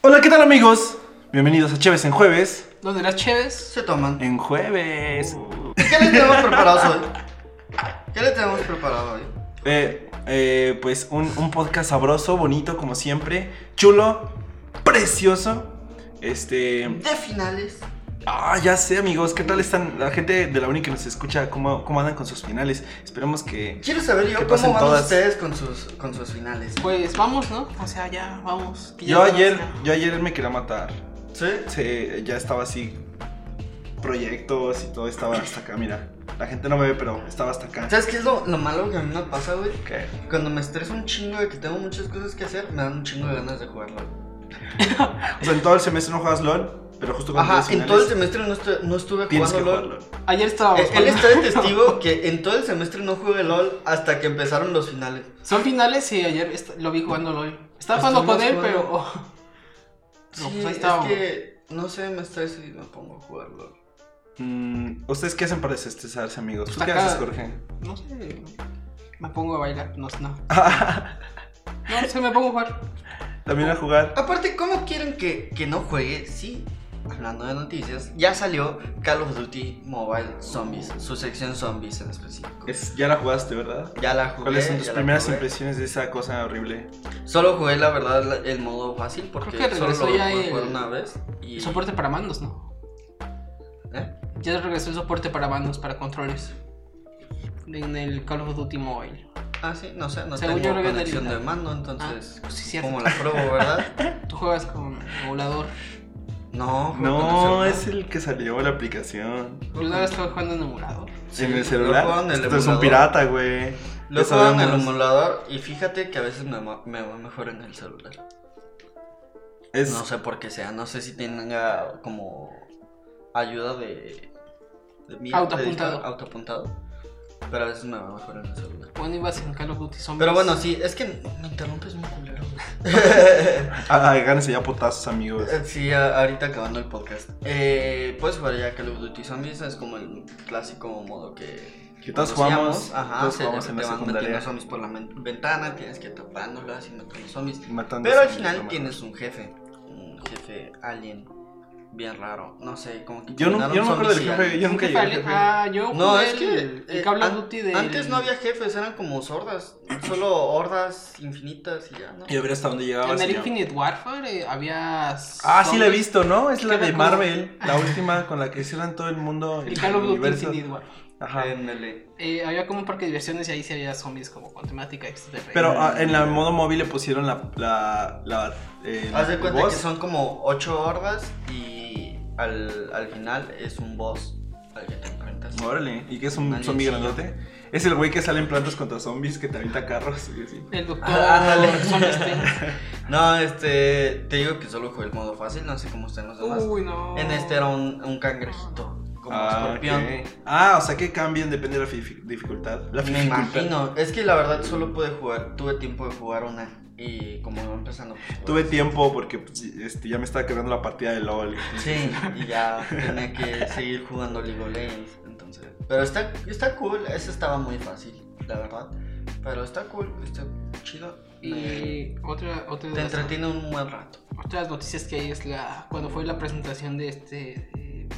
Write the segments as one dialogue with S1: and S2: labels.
S1: Hola, ¿qué tal amigos? Bienvenidos a Cheves en Jueves.
S2: Donde las cheves.
S3: Se toman.
S1: En jueves.
S3: ¿Y ¿Qué le tenemos preparados hoy? ¿Qué le tenemos preparado hoy?
S1: Eh, eh, pues un, un podcast sabroso, bonito como siempre. Chulo, precioso. Este...
S3: De finales.
S1: Ah, ya sé amigos, ¿qué tal están la gente de la uni que nos escucha? ¿Cómo, cómo andan con sus finales? Esperemos que...
S3: Quiero saber yo
S1: Que
S3: cómo
S1: pasen
S3: van
S1: todas.
S3: ustedes con sus, con sus finales.
S2: Pues vamos, ¿no? O sea, ya vamos. que ya
S1: Yo
S2: vamos,
S1: ayer,
S2: ya.
S1: yo ayer me quería matar.
S3: ¿Sí?
S1: Se- ya estaba así, proyectos y todo estaba hasta acá, mira. La gente no me ve, pero estaba hasta acá.
S3: ¿Sabes qué es lo, lo malo que a mí me pasa, güey?
S1: ¿Qué?
S3: Cuando me estreso un chingo de que tengo muchas cosas que hacer, me dan un chingo de ganas de jugarlo.
S1: O sea, en todo el semestre no juegas LOL, pero justo cuando
S3: Ajá,
S1: tienes
S3: en todo el
S1: finales,
S3: semestre no, estu- no estuve
S1: tienes
S3: jugando
S1: que
S3: LOL.
S1: jugar LOL.
S2: Ayer estábamos.
S3: Eh, Él
S2: bueno.
S3: está de testigo que en todo el semestre no jugué LOL hasta que empezaron los finales.
S2: Son finales y ayer est- lo vi jugando LOL. Estaba jugando con él,
S3: Estuvimos
S2: pero.
S3: jugando.
S2: oh.
S3: Sí,
S2: No, pues ahí
S3: es
S2: estábamos.
S3: que no sé, me estreso y me pongo a jugar LOL.
S1: Mm, ¿Ustedes qué hacen para desestresarse, amigos? ¿Tú
S2: Pues
S1: qué
S2: acá-
S1: haces, Jorge?
S2: No sé. Me pongo a bailar. No, no. No sé, me pongo a jugar.
S1: También a jugar.
S3: Aparte, ¿cómo quieren que, que no juegue? Sí, hablando de noticias, ya salió Call of Duty Mobile Zombies, su sección zombies en específico.
S1: Es- ya la jugaste, ¿verdad?
S3: Ya la jugué.
S1: ¿Cuáles son tus
S3: ya la
S1: primeras
S3: probé.
S1: impresiones de esa cosa horrible?
S3: Solo jugué, la verdad, la- el modo fácil porque
S2: Creo que
S3: solo
S2: regresó
S3: lo
S2: ya
S3: pude jugar
S2: el-
S3: una vez. Y...
S2: Soporte para mandos, ¿no?
S3: ¿Eh?
S2: Ya regresó el soporte para mandos, para controles. En el Call of Duty Mobile.
S3: Ah, sí, no sé, no
S2: Según yo
S3: tengo
S2: lo había
S3: conexión de
S2: habilitado.
S3: mando, entonces,
S2: Ah, sí, cierto.
S3: ¿cómo la pruebo, verdad?
S2: Tú juegas con volador.
S3: No, juego
S1: No,
S3: con el
S1: es el que salió la aplicación.
S2: Volador estaba jugando en emulador.
S3: Sí,
S1: en el
S3: lo
S1: celular.
S3: juego en el
S1: Esto es un
S3: emulador.
S1: pirata, güey.
S3: Lo
S1: Ya
S3: juego en el
S1: sabemos.
S3: emulador y fíjate que a veces me, mo- me va mejor en el celular.
S1: Es,
S3: No sé por qué sea, no sé si tenga como ayuda de. de mira,
S2: Autoapuntado.
S3: de vista, autoapuntado. Pero a veces me va mejor en el celular.
S2: Bueno, ibas en Call of Duty Zombies.
S3: Pero bueno, sí, es que me interrumpes muy culero.
S1: Ah, háganse ya potazos, amigos.
S3: Eh, sí, a- ahorita acabando el podcast. Eh, puedes jugar ya Call of Duty Zombies, es como el clásico modo que.
S1: Que todos
S3: conocíamos.
S1: jugamos,
S3: Ajá,
S1: todos
S3: se-
S1: jugamos en la
S3: te van
S1: secundaria.
S3: metiendo zombies por la men- ventana, tienes que ir tapándolas y matando zombies.
S1: Matando
S3: Pero al
S1: zombies,
S3: final
S1: no
S3: tienes un jefe, un jefe alien bien raro, no sé, como que...
S1: Yo no-
S3: combinaron
S1: yo no me acuerdo del
S3: zombies y
S1: jefe,
S3: aliens.
S1: yo nunca
S2: ¿Qué
S1: llegué al
S2: tal?
S1: jefe.
S2: Ah, yo jugué
S3: No, es que...
S2: el, el
S3: eh,
S2: Call of
S3: an-
S2: Duty del-
S3: Antes no había jefes, eran como sordas, solo hordas infinitas y ya, ¿no?
S1: Y a ver hasta dónde llegabas.
S2: En el
S1: ya.
S2: Infinite Warfare eh, había...
S1: Ah, sí la he
S2: zombies.
S1: visto, ¿no? Es la
S2: ¿Qué
S1: de
S2: me acuerdo?
S1: Marvel, la última con la que cierran todo el mundo.
S2: El Call of Duty
S1: universo.
S2: Infinite Warfare.
S1: Ajá.
S3: Ándale.
S2: Eh, había como un parque de diversiones y ahí sí había zombies como con temática extraterrestre.
S1: Pero ah, en
S2: eh,
S1: la modo móvil le pusieron la. la, la eh,
S3: Haz de
S1: el
S3: cuenta que
S1: boss.
S3: son como ocho hordas y al, al final es un boss al que te enfrentas.
S1: Órale, ¿y que es un
S3: Alien,
S1: zombie
S3: sí.
S1: grandote? Es el güey que sale en plantas contra zombies que te avienta carros y así.
S2: El doctor este.
S3: Ah, ándale.
S2: Zombies Ten.
S3: No, este, te digo que solo jugué el modo fácil, no sé cómo están los demás.
S2: Uy, no.
S3: En este era un, un cangrejito, como
S1: Uh. Ah,
S3: escorpión.
S1: ok. Ah, o sea que cambian depende de la fi- dificultad. La
S3: Me
S1: dificultad.
S3: imagino. Es que la verdad solo pude jugar, tuve tiempo de jugar una. Y como iba empezando. pues,
S1: Tuve
S3: pues,
S1: tiempo porque pues, este, ya me estaba quedando la partida de LOL.
S3: Sí, y ya tenía que seguir jugando League of Legends. Entonces. Pero está, está cool, ese estaba muy fácil, la verdad. Pero está cool, está chido. Me-
S2: Y otra, otra,
S3: Te
S2: de las,
S3: entretiene un buen rato.
S2: otras noticias que hay es la cuando fue la presentación de este... eh,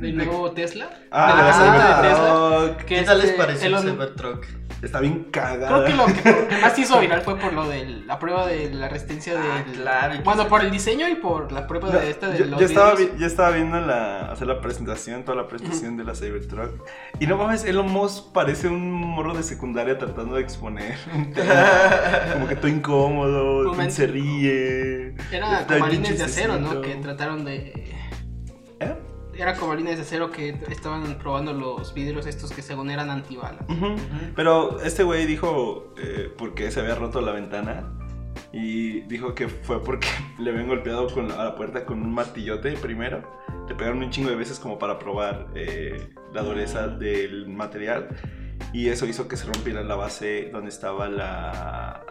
S2: del nuevo Tesla. de la
S1: Ah,
S2: gasolina de Tesla.
S1: Cybertruck.
S2: que
S3: ¿Qué tal les
S2: este,
S3: pareció el
S2: Elon-
S3: Cybertruck?
S1: Está bien
S2: Creo
S1: cagada.
S2: que lo que, lo que más hizo viral fue por lo de la prueba de la resistencia de
S3: Ah, claro, y que
S2: Bueno,
S3: se-
S2: por el diseño y por la prueba de esta de
S1: yo,
S2: los
S1: yo estaba
S2: vidrios.
S1: vi- yo estaba viendo la, hacer la presentación, toda la presentación de la Cybertruck. Y no mames, Elon Musk parece un morro de secundaria tratando de exponer un tema. Como que todo incómodo,
S2: Momento.
S1: quien se ríe.
S2: Era
S1: Está bien
S2: como líneas de acero, ¿no?
S1: chistecito.
S2: Que trataron de
S1: ¿Eh?
S2: era como líneas de acero que estaban probando los vidrios estos que según eran antibalas.
S1: Ujú.
S3: Ujú.
S1: Pero este güey dijo eh, porque se había roto la ventana. Y dijo que fue porque le habían golpeado con la, a la puerta con un martillote primero. Le pegaron un chingo de veces como para probar eh, la dureza del material. Y eso hizo que se rompiera la base donde estaba la,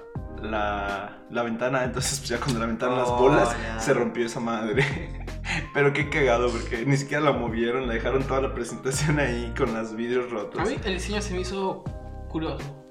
S1: la, la ventana. Entonces, pues ya cuando la ventana las
S3: Oh,
S1: bolas,
S3: ya.
S1: se rompió esa madre. Pero qué cagado, porque ni siquiera la movieron. La dejaron toda la presentación ahí con los vidrios rotos.
S2: A mí el diseño se me hizo curioso.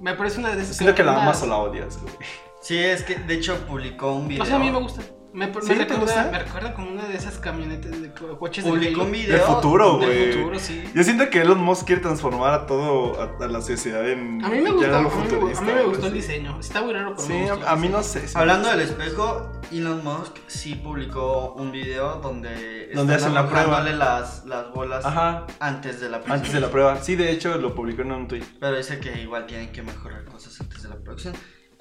S2: Me parece una de esas
S1: Siento que la
S2: unas-
S1: amas o la odias, güey.
S3: Sí, es que de hecho publicó un video.
S2: No sé, a mí me gusta. Me, me
S1: ¿Sí? ¿Te
S2: recuerda,
S1: gusta?
S2: me recuerda como una de esas camionetas de co- coches de
S3: Publicó un
S2: Halo.
S3: video.
S1: Del futuro,
S2: Del
S1: güey.
S2: futuro, sí.
S1: Yo siento que Elon Musk quiere transformar a todo, a, a la sociedad en.
S2: A mí me
S1: ya
S2: gustó, a
S1: lo
S2: mí me gu-
S1: futurista,
S2: a mí me
S1: algo
S2: gustó el
S1: así.
S2: diseño. Está muy raro, pero me
S1: Sí,
S2: gustó el
S1: a, a mí
S2: diseño.
S1: no sé. sí.
S3: Hablando del espejo, Elon Musk sí publicó un video donde
S1: Donde
S3: están
S1: hacen la prueba.
S3: arrojándole las, las bolas
S1: Ajá,
S3: antes de la prisión.
S1: antes de la prueba. Sí, de hecho lo publicó en un tweet.
S3: Pero dice que igual tienen que mejorar cosas antes de la producción.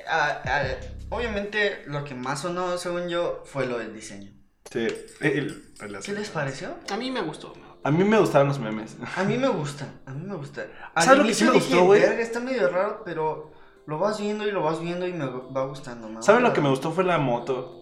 S3: Ah, ah, obviamente, lo que más sonó, según yo, fue lo del diseño.
S1: Sí. eh, el- el- el-
S3: ¿Qué les pareció?
S2: A mí me gustó. me-
S1: A mí me gustaron los memes.
S3: A mí me gusta, a mí me gusta. Al
S1: ¿Sabes lo que sí
S3: inicio
S1: me gustó,
S3: dije,
S1: güey?
S3: "Verga, Está medio raro, pero lo vas viendo y lo vas viendo y me va gustando. más
S1: ¿Saben lo
S2: Ah.
S1: que me gustó? Fue la moto.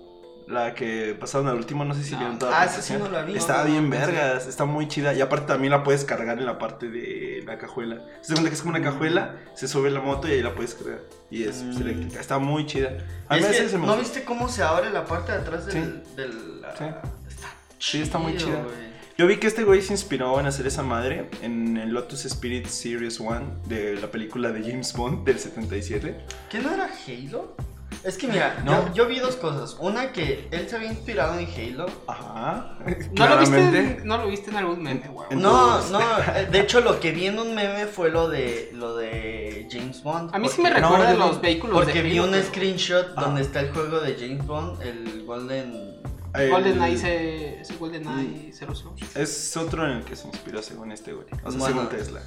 S1: La que pasaron al último, no sé si
S2: No.
S1: vieron toda la
S3: Ah, esa sí
S1: presentación.
S3: no la vi.
S1: Está
S3: No, no,
S1: bien
S3: no,
S1: vergas, está muy chida. Y aparte también la puedes cargar en la parte de la cajuela. Se da cuenta que es como una cajuela, se sube la moto y ahí la puedes cargar. Y es pues,
S3: Mm.
S1: eléctrica. Está muy chida. A mí
S3: Es
S1: ese
S3: que,
S1: se me
S3: ¿No
S1: gustó.
S3: viste cómo se abre la parte de atrás del... del-
S1: Sí.
S3: Está
S1: Sí, está muy
S3: chido,
S1: chida.
S3: güey.
S1: Yo vi que este güey se inspiró en hacer esa madre en el Lotus Spirit Series 1 de la película de James Bond del 77.
S3: ¿Qué no era Halo? Es que mira,
S1: No.
S3: yo, yo vi dos cosas. Una que él se había inspirado en Halo.
S1: Ajá.
S2: ¿No lo, viste
S1: Claramente.
S2: en, no lo viste en algún meme, güey.
S1: En-
S3: No,
S1: Entonces-
S3: no, eh, de hecho lo que vi en un meme fue lo de lo de James Bond.
S2: A mí sí
S3: porque-
S2: me recuerda
S1: yo no-
S2: los vehículos de
S3: Porque vi
S2: Halo,
S3: un
S2: pero-
S3: screenshot
S1: Ah.
S3: donde está el juego de James Bond, el Golden.
S1: El- Mm.
S2: GoldenEye se, ese GoldenEye 00.
S1: Es otro en el que se inspiró según este güey. O sea,
S3: Bueno.
S1: según Tesla.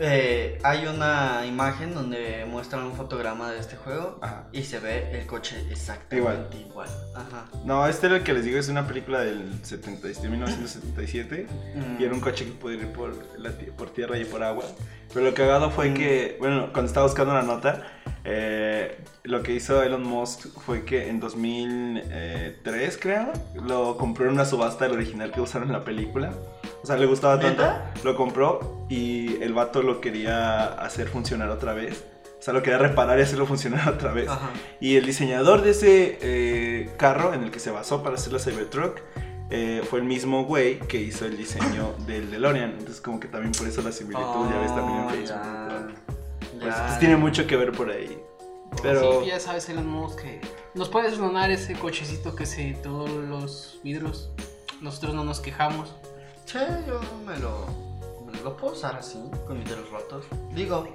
S3: Eh, hay una imagen donde muestran un fotograma de este juego
S1: Ajá.
S3: y se ve el coche exactamente igual. Ajá.
S1: No, este era el que les digo, es una película del 70, de 1977
S3: Mm.
S1: y era un coche que podía ir por, la ti- por tierra y por agua. Pero lo cagado fue
S3: Mm.
S1: que, bueno, cuando estaba buscando la nota, eh, lo que hizo Elon Musk fue que en 2003, creo, lo compró en una subasta el original que usaron en la película. O sea, le gustaba tanto.
S3: ¿Neta?
S1: Lo compró y el vato lo quería hacer funcionar otra vez. O sea, lo quería reparar y hacerlo funcionar otra vez.
S3: Ajá.
S1: Y el diseñador de ese eh, carro en el que se basó para hacer la Cybertruck eh, fue el mismo güey que hizo el diseño del DeLorean. Entonces, como que también por eso la similitud, ya ves también en
S3: Oh,
S1: Facebook.
S3: ya.
S1: ¿no? Pues,
S3: Ya.
S1: entonces tiene mucho que ver por ahí. Pero.
S2: Sí, pues ya sabes, Elon Musk, que nos puedes donar ese cochecito que se todos los vidrios. Nosotros no nos quejamos.
S3: Che, yo me lo, me lo puedo usar así, con mis dedos rotos. Digo,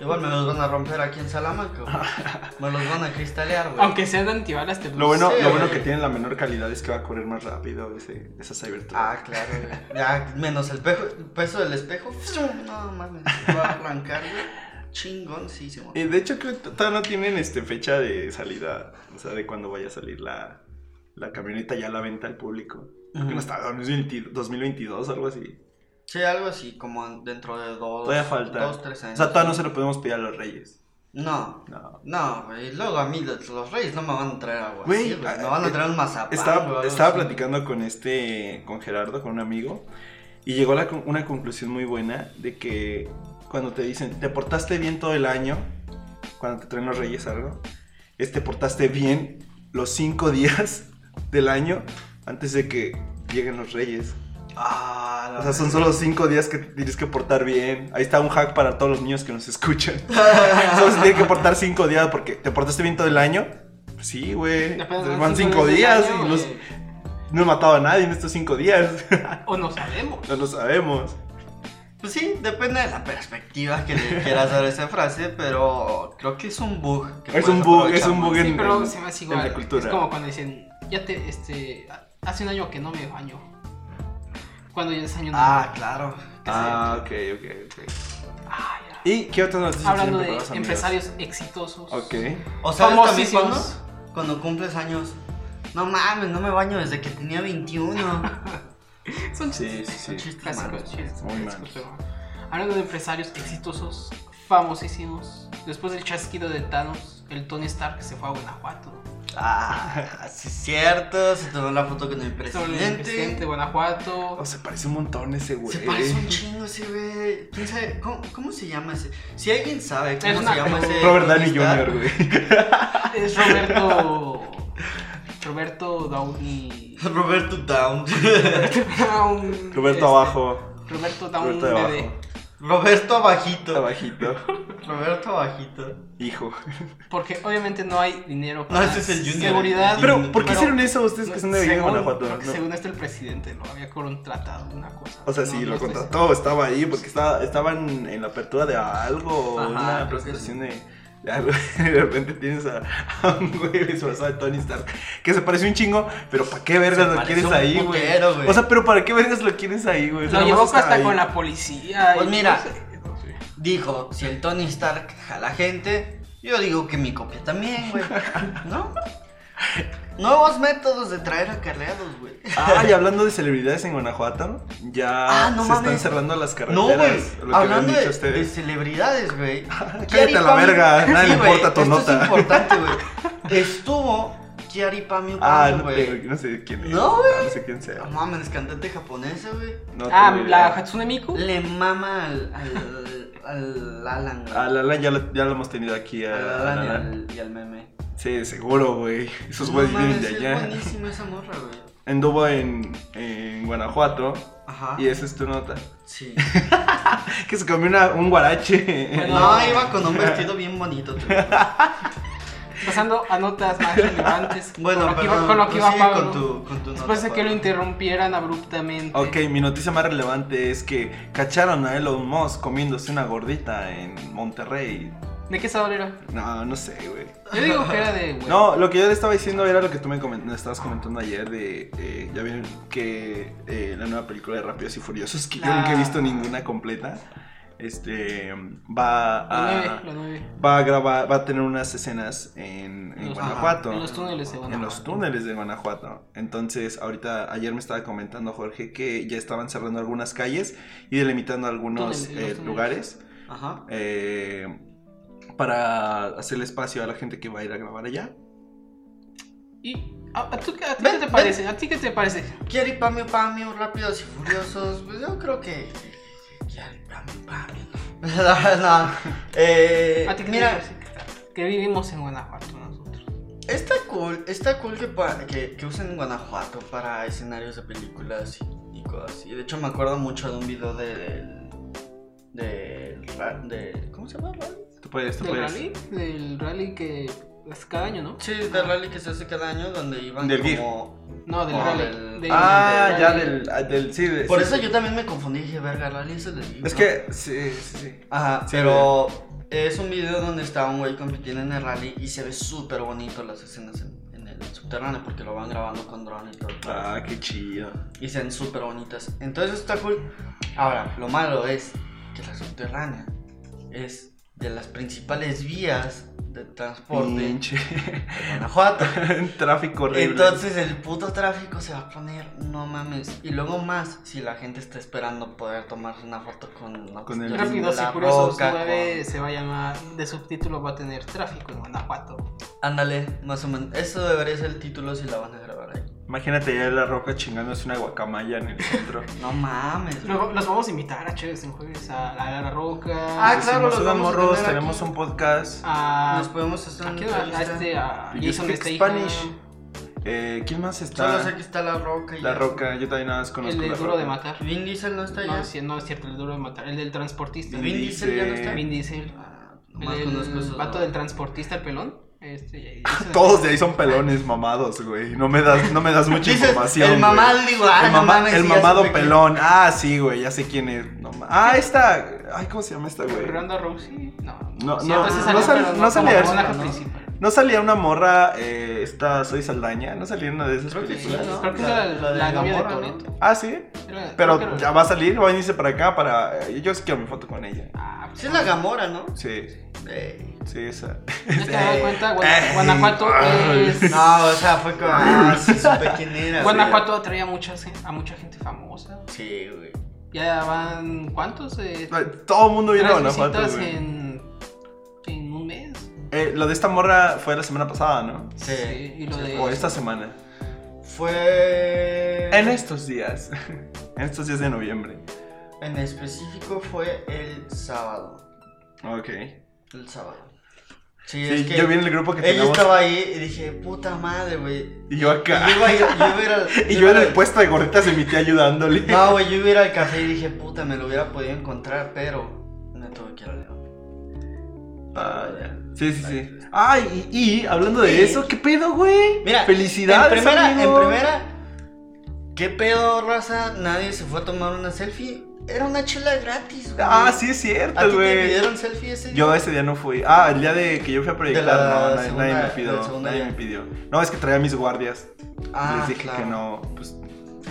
S3: igual me los van a romper aquí en Salamanca, güey. Me los van a cristalear, güey.
S2: Aunque sean de antibalas, te
S1: Lo bueno,
S3: Sí.
S1: lo bueno que tiene la menor calidad es que va a correr más rápido ese, esa Cybertruck.
S3: Ah, claro, güey. Ya, menos el pejo- peso del espejo. No mames, va a arrancar, güey. Chingón, sí, se
S1: Eh, de hecho, creo que todavía no tienen este, fecha de salida. O sea, de cuándo vaya a salir la, la camioneta ya a la venta al público. Creo que no está 2020 2022 o algo así.
S3: Sí, algo así, como dentro de dos,
S1: Todavía falta.
S3: dos tres
S1: O
S3: años.
S1: sea, todavía no se lo podemos pedir a los reyes.
S3: No,
S1: No.
S3: no, güey. Luego a mí los, los reyes no me van a traer agua.
S1: Güey,
S3: sí, güey, me
S1: ah,
S3: van a
S1: eh,
S3: traer un mazapán. güey,
S1: Estaba,
S3: algo
S1: estaba
S3: así.
S1: platicando con este, con Gerardo, con un amigo, y llegó a la con- una conclusión muy buena de que cuando te dicen, te portaste bien todo el año, cuando te traen los reyes algo, es te portaste bien los cinco días del año antes de que lleguen los reyes.
S3: Ah, la
S1: O sea, son
S3: verga.
S1: solo cinco días que te tienes que portar bien. Ahí está un hack para todos los niños que nos escuchan. Solo se tiene que portar cinco días porque te portaste bien todo el año. Pues Sí, güey.
S2: Apenas
S1: pues, Van cinco días
S2: del año,
S1: y los-
S2: eh,
S1: no he matado a nadie en estos cinco días.
S2: O no sabemos.
S1: no lo sabemos.
S3: Pues sí, depende de la perspectiva que le quieras dar a esa frase, pero creo que es un bug. que
S1: Es
S3: puedes
S1: un bug,
S3: aprovechar
S1: es un
S3: más.
S1: bug
S2: Sí,
S1: en-
S2: pero
S1: en-
S2: se me hace
S1: en
S2: igual.
S1: la cultura.
S2: Es como cuando dicen, ya te, este, hace un año que no me baño. Cuando ya es año nuevo.
S3: Ah, claro. que
S1: Ah, ok, ok, ok.
S2: Ah, ya.
S1: ¿Y qué otras noticias
S2: Hablando
S1: tienen
S2: de
S1: preparadas, amigos?
S2: empresarios exitosos.
S1: Ok.
S3: sí. O sabes también
S2: famosísimos.
S3: cuando, cuando cumples años. No mames, no me baño desde que tenía 21.
S2: Son
S1: Sí,
S2: chistes.
S1: sí,
S3: Son
S1: sí.
S3: chistes
S2: Clásicos
S3: malos.
S2: chistes.
S1: Muy
S2: clásicos,
S1: malos.
S2: pero- Hablando de empresarios exitosos, famosísimos. Después del chasquido de Thanos, el Tony Stark se fue a Guanajuato.
S3: Ah, sí, es cierto. Se tomó la foto con el
S2: El presidente de
S3: presidente.
S2: Guanajuato.
S1: Oh, se parece un montón ese güey.
S3: Se parece un chingo ese güey. ¿Quién sabe? ¿Cómo, cómo se llama ese? Si alguien sabe cómo
S2: Es
S3: se
S2: una-
S3: llama ese.
S1: Robert Downey
S3: turista,
S1: Jr., güey.
S2: Es Roberto. Roberto Downey.
S3: Roberto Down.
S2: Down-
S1: Roberto
S2: este,
S1: abajo.
S2: Roberto Down
S1: Roberto
S2: bebé.
S1: abajo.
S3: Roberto Abajito.
S1: Abajito.
S3: Roberto Abajito.
S1: Hijo.
S2: Porque obviamente no hay dinero
S3: No, ese es el Junior.
S2: seguridad.
S1: Ah, Pero, ¿por qué
S2: Pero-
S1: hicieron eso ustedes que son de Villa
S2: según,
S1: Guanajuato?
S2: porque
S1: ¿no?
S2: según esto el presidente lo había contratado una cosa.
S1: O sea,
S2: No,
S1: sí,
S2: no
S1: lo
S2: estoy seguro.
S1: contrató, estaba ahí porque estaba, estaban en la apertura de algo,
S3: Ajá, creo
S1: una
S3: que
S1: presentación de, de algo. y De repente tienes a, a un güey disfrazado de Tony Stark que se parece un chingo, pero ¿para qué vergas lo
S3: parece
S1: quieres
S3: un
S1: ahí, güey?
S3: putero, güey.
S1: O sea, pero ¿para qué vergas lo quieres ahí, güey? O sea,
S2: Lo
S1: nomás
S2: llevó
S1: está
S2: hasta
S1: ahí.
S2: con la policía.
S3: Pues
S2: y
S3: mira.
S2: no sé, no sé.
S3: Dijo, si el Tony Stark jala gente, yo digo que mi copia también, güey. ¿No? Nuevos métodos de traer acarreados, güey.
S1: Ah, y hablando de celebridades en Guanajuato, ya
S3: Ah, no
S1: se están
S3: mames.
S1: cerrando las carreteras.
S3: No, güey.
S1: Lo que habían
S3: Hablando
S1: dicho
S3: de, de
S1: ustedes.
S3: celebridades, güey.
S1: cállate a la
S3: Pamio-
S1: verga, nadie le
S3: güey,
S1: importa tu
S3: esto
S1: nota.
S3: es importante, güey. Estuvo Kiari Pamio
S1: Ah,
S3: Pamio,
S1: no,
S3: güey.
S1: te- no sé quién es.
S3: No, güey.
S1: Ah, No sé quién sea.
S3: No mames, cantante japonesa, güey.
S1: No
S2: ah,
S1: tengo
S2: la
S1: idea.
S2: Hatsune Miku.
S3: Le mama al, al, al Alan, güey.
S1: A Lala Ah, ya lo, ya lo hemos tenido aquí. A,
S3: Al
S1: a
S3: Alan y
S1: Lala.
S3: al, y al meme.
S1: Sí, seguro, güey. Esos
S3: No
S1: güeyes
S3: mames,
S1: vienen de
S3: es
S1: allá.
S3: buenísima esa morra, güey.
S1: Anduvo en, en Guanajuato
S3: Ajá.
S1: y esa es tu nota.
S3: Sí.
S1: Que se comió una- un guarache.
S3: No, iba con un vestido bien bonito. tú.
S2: Pasando a notas más relevantes. con
S3: Bueno,
S2: lo que
S3: perdón,
S2: iba, con lo que iba
S3: prosigue
S2: Pablo.
S3: con tu, con tu
S2: Después
S3: nota,
S2: de que lo
S3: Pablo.
S2: interrumpieran abruptamente.
S1: Ok, mi noticia más relevante es que cacharon a Elon Musk comiéndose una gordita en Monterrey.
S2: ¿De qué sabor era?
S1: No, no sé, güey.
S2: Yo digo que era de. huevo.
S1: No, lo que yo le estaba diciendo era lo que tú me, comen- me estabas comentando ayer de, eh, ya vieron que eh, la nueva película de Rápidos y Furiosos, que yo
S2: Ah.
S1: nunca he visto ninguna completa, este, va
S2: La
S1: a...
S3: ah,
S2: nueve, la nueve.
S1: va a grabar, va a tener unas escenas en, en
S2: Los-
S1: Guanajuato.
S2: En los túneles de
S1: En
S2: Guanajuato.
S1: los túneles de Guanajuato. Entonces, ahorita, ayer me estaba comentando Jorge que ya estaban cerrando algunas calles y delimitando algunos
S2: Túneles, los
S1: eh,
S2: túneles.
S1: lugares
S3: Ajá.
S1: eh, para hacerle espacio a la gente que va a ir a grabar allá.
S2: ¿Y a, a tú qué- a ti
S3: Ven,
S2: qué te
S3: ven.
S2: parece? ¿A ti qué te parece?
S3: Kiari Pamio Pamio, rápidos y furiosos. Pues yo creo que. Kiari Pamio Pamio. No, no. Eh,
S2: ¿A ti qué te
S3: mira,
S2: parece? Que vivimos en Guanajuato nosotros.
S3: está cool. Está cool que, pa- que, que usen Guanajuato para escenarios de películas y, y cosas así. De hecho, me acuerdo mucho de un video del. del. ra- de- ¿Cómo se llama? ¿Rally?
S1: Tú puedes, tú
S2: ¿Del
S1: puedes.
S2: rally? Del rally que. hace cada año, ¿no?
S3: Sí, del rally que se hace cada año donde iban
S1: Del GIF.
S3: como.
S2: No, del
S3: Ah,
S2: rally.
S3: del-
S2: del-
S1: Ah,
S2: del
S1: ya
S2: rally.
S1: del, ah, del sí, de-
S3: Por
S1: sí.
S3: eso yo también me confundí y dije, verga, rally es el del GIF,
S1: Es
S3: ¿no?
S1: que, sí, sí, sí.
S3: Ajá,
S1: Sí,
S3: pero es un video donde está un güey compitiendo en el rally y se ve súper bonito las escenas en, en el subterráneo porque lo van grabando con drone y todo. el pedo.
S1: Ah, qué chido.
S3: Y se ven súper bonitas. Entonces está cool. Ahora, lo malo es que la subterránea es de las principales vías de transporte
S1: Pinche.
S3: de Guanajuato.
S1: Tráfico horrible.
S3: Entonces el puto tráfico se va a poner, no mames. Y luego más, si la gente está esperando poder tomarse una foto con, no,
S1: Con el-
S3: la
S2: Rápidos y Furiosos
S3: Roca,
S2: 9 se va a llamar, de subtítulo va a tener tráfico en Guanajuato.
S3: Ándale, más o menos. Eso debería ser el título si la van a grabar ahí.
S1: Imagínate ya la roca chingándose una guacamaya en el centro.
S3: No mames. güey.
S2: Luego los vamos a invitar a Chéves en Jueves, a La, a la Roca,
S3: Ah,
S1: Nos
S3: claro,
S1: decimos,
S3: los
S1: "Oigan,
S3: vamos a
S1: morros,
S3: tener
S1: tenemos
S3: aquí". Ah.
S1: un podcast.
S2: a...
S3: Nos podemos hacer
S2: ¿a
S3: una
S2: quién? A
S3: entrevista.
S2: este, a
S1: You
S2: Jason
S1: speak
S2: Statham,
S1: Spanish. Eh, ¿Quién más
S3: Solo
S1: está?
S3: sé que está la roca y
S1: La
S3: ya.
S1: Roca, yo también nada más
S2: el
S1: conozco
S2: de
S1: la
S2: Duro
S1: Roca.
S2: de Matar.
S3: Vin Diesel no está
S2: No,
S3: ya.
S2: es cierto, no es cierto, el Duro de Matar, el del transportista.
S3: Vin Diesel ya no está.
S2: Vin Diesel.
S3: Ah, nomás
S2: El,
S3: conozco esos
S2: vato
S3: dos.
S2: del transportista, el pelón. Este, Jason-
S1: Todos de ahí son pelones mamados, güey. No me das, no me das mucha
S3: Dices,
S1: información. güey.
S3: el mamado digo, ah,
S1: el,
S3: no
S1: mamá-
S3: mames,
S1: el
S3: sí, ya
S1: mamado
S3: supe que-
S1: pelón. Ah, sí, güey, ya sé quién es. No ma- ah, esta. Ay, ¿cómo se llama esta, güey?
S2: Ronda Rousey. No,
S1: No,
S2: sí, a
S1: no,
S2: veces
S1: no
S2: salió,
S1: sal-
S2: pero
S1: no
S2: como
S1: salía eso,
S2: personaje
S1: ¿no?
S2: principal.
S1: No salía una morra, eh, esta Soy Saldaña. No salía una de esas
S3: Creo que sí,
S1: películas.
S3: ¿no?
S2: Creo que es
S3: La-
S2: la,
S3: la de
S2: la novia de
S3: Gamora, ¿no?
S2: Toreto.
S1: Ah, sí. Pero ya va a salir, va a venirse para acá para. eh, Yo sí quiero mi foto con ella.
S2: Ah,
S3: Sí es la Gamora, ¿no?
S1: Sí,
S3: Ey.
S1: sí, esa.
S2: Ya te das cuenta, Guana-
S1: Ey.
S2: Guanajuato
S1: Este, eh, Ay.
S2: es-
S3: No, o sea, fue como, ah, sí supe quién era.
S2: Guanajuato atrae a mucha, gen- a mucha gente famosa.
S3: güey. Sí, güey.
S2: Ya van, ¿cuántos? Eh,
S1: Todo el mundo viene a
S2: tres
S1: Guanajuato,
S2: visitas
S1: güey.
S2: en, en un mes.
S1: Eh, lo de esta morra fue la semana pasada, ¿no?
S3: Sí.
S2: y lo
S3: Sí,
S2: de...
S1: O esta semana.
S3: Fue...
S1: En estos días. en estos días de noviembre.
S3: En específico fue el sábado.
S1: Ok.
S3: El sábado. Sí,
S1: Sí,
S3: es que
S1: yo vi en el grupo que
S3: Ella
S1: teníamos.
S3: estaba ahí y dije, puta madre, güey.
S1: Y yo acá.
S3: Y yo iba, a ir- yo iba a ir al-
S1: Y yo en
S3: iba
S1: el puesto de gorritas de mi tía ayudándole.
S3: No, güey, yo iba a ir al café y dije, puta, me lo hubiera podido encontrar, pero me tuve que ir al León.
S1: Ah, ya. Sí, sí, sí. Ay, y, y, hablando de eso, ¿qué pedo, güey?
S3: Mira,
S1: felicidades.
S3: En primera,
S1: amigo.
S3: en primera, ¿qué pedo, raza? Nadie se fue a tomar una selfie. Era una chela gratis, güey.
S1: Ah, sí, es
S3: ¿A ti
S1: cierto,
S3: te
S1: güey.
S3: pidieron selfie ese día?
S1: Yo ese día no fui. Ah, el día de que yo fui a proyectar,
S3: De la
S1: no, nadie,
S3: segunda-
S1: nadie me
S3: del
S1: pidió.
S3: segundo
S1: Nadie
S3: día.
S1: me pidió. No, es que traía a mis guardias.
S3: Ah,
S1: Les dije
S3: claro,
S1: que no, pues,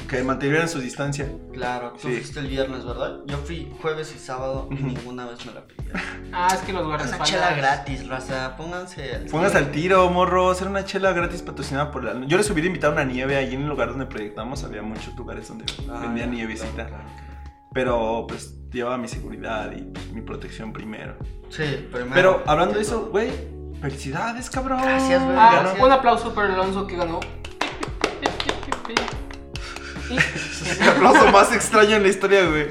S1: que mantuvieran su distancia.
S3: Claro, tú
S1: Sí.
S3: fuiste el viernes, ¿verdad? Yo fui jueves y sábado y
S1: Ujú.
S3: ninguna vez me la pidieron.
S2: Ah, es que los
S3: Una chela
S2: guardaespaldas.
S3: gratis, raza. Pónganse. al-
S1: Pónganse al tiro, morros. Era una chela gratis patrocinada por la. Yo les hubiera invitado una nieve allí en el lugar donde proyectamos. Había muchos lugares donde
S3: Ah,
S1: vendía
S3: ya,
S1: nievecita.
S3: claro, claro.
S1: Pero pues llevaba mi seguridad y pues, mi protección primero.
S3: Sí, primero.
S1: Pero hablando de eso, güey, felicidades, cabrón.
S3: Gracias, güey,
S2: Ah,
S1: Ganó.
S3: gracias.
S2: un aplauso para Alonso que ganó.
S1: El aplauso más extraño en la historia, güey.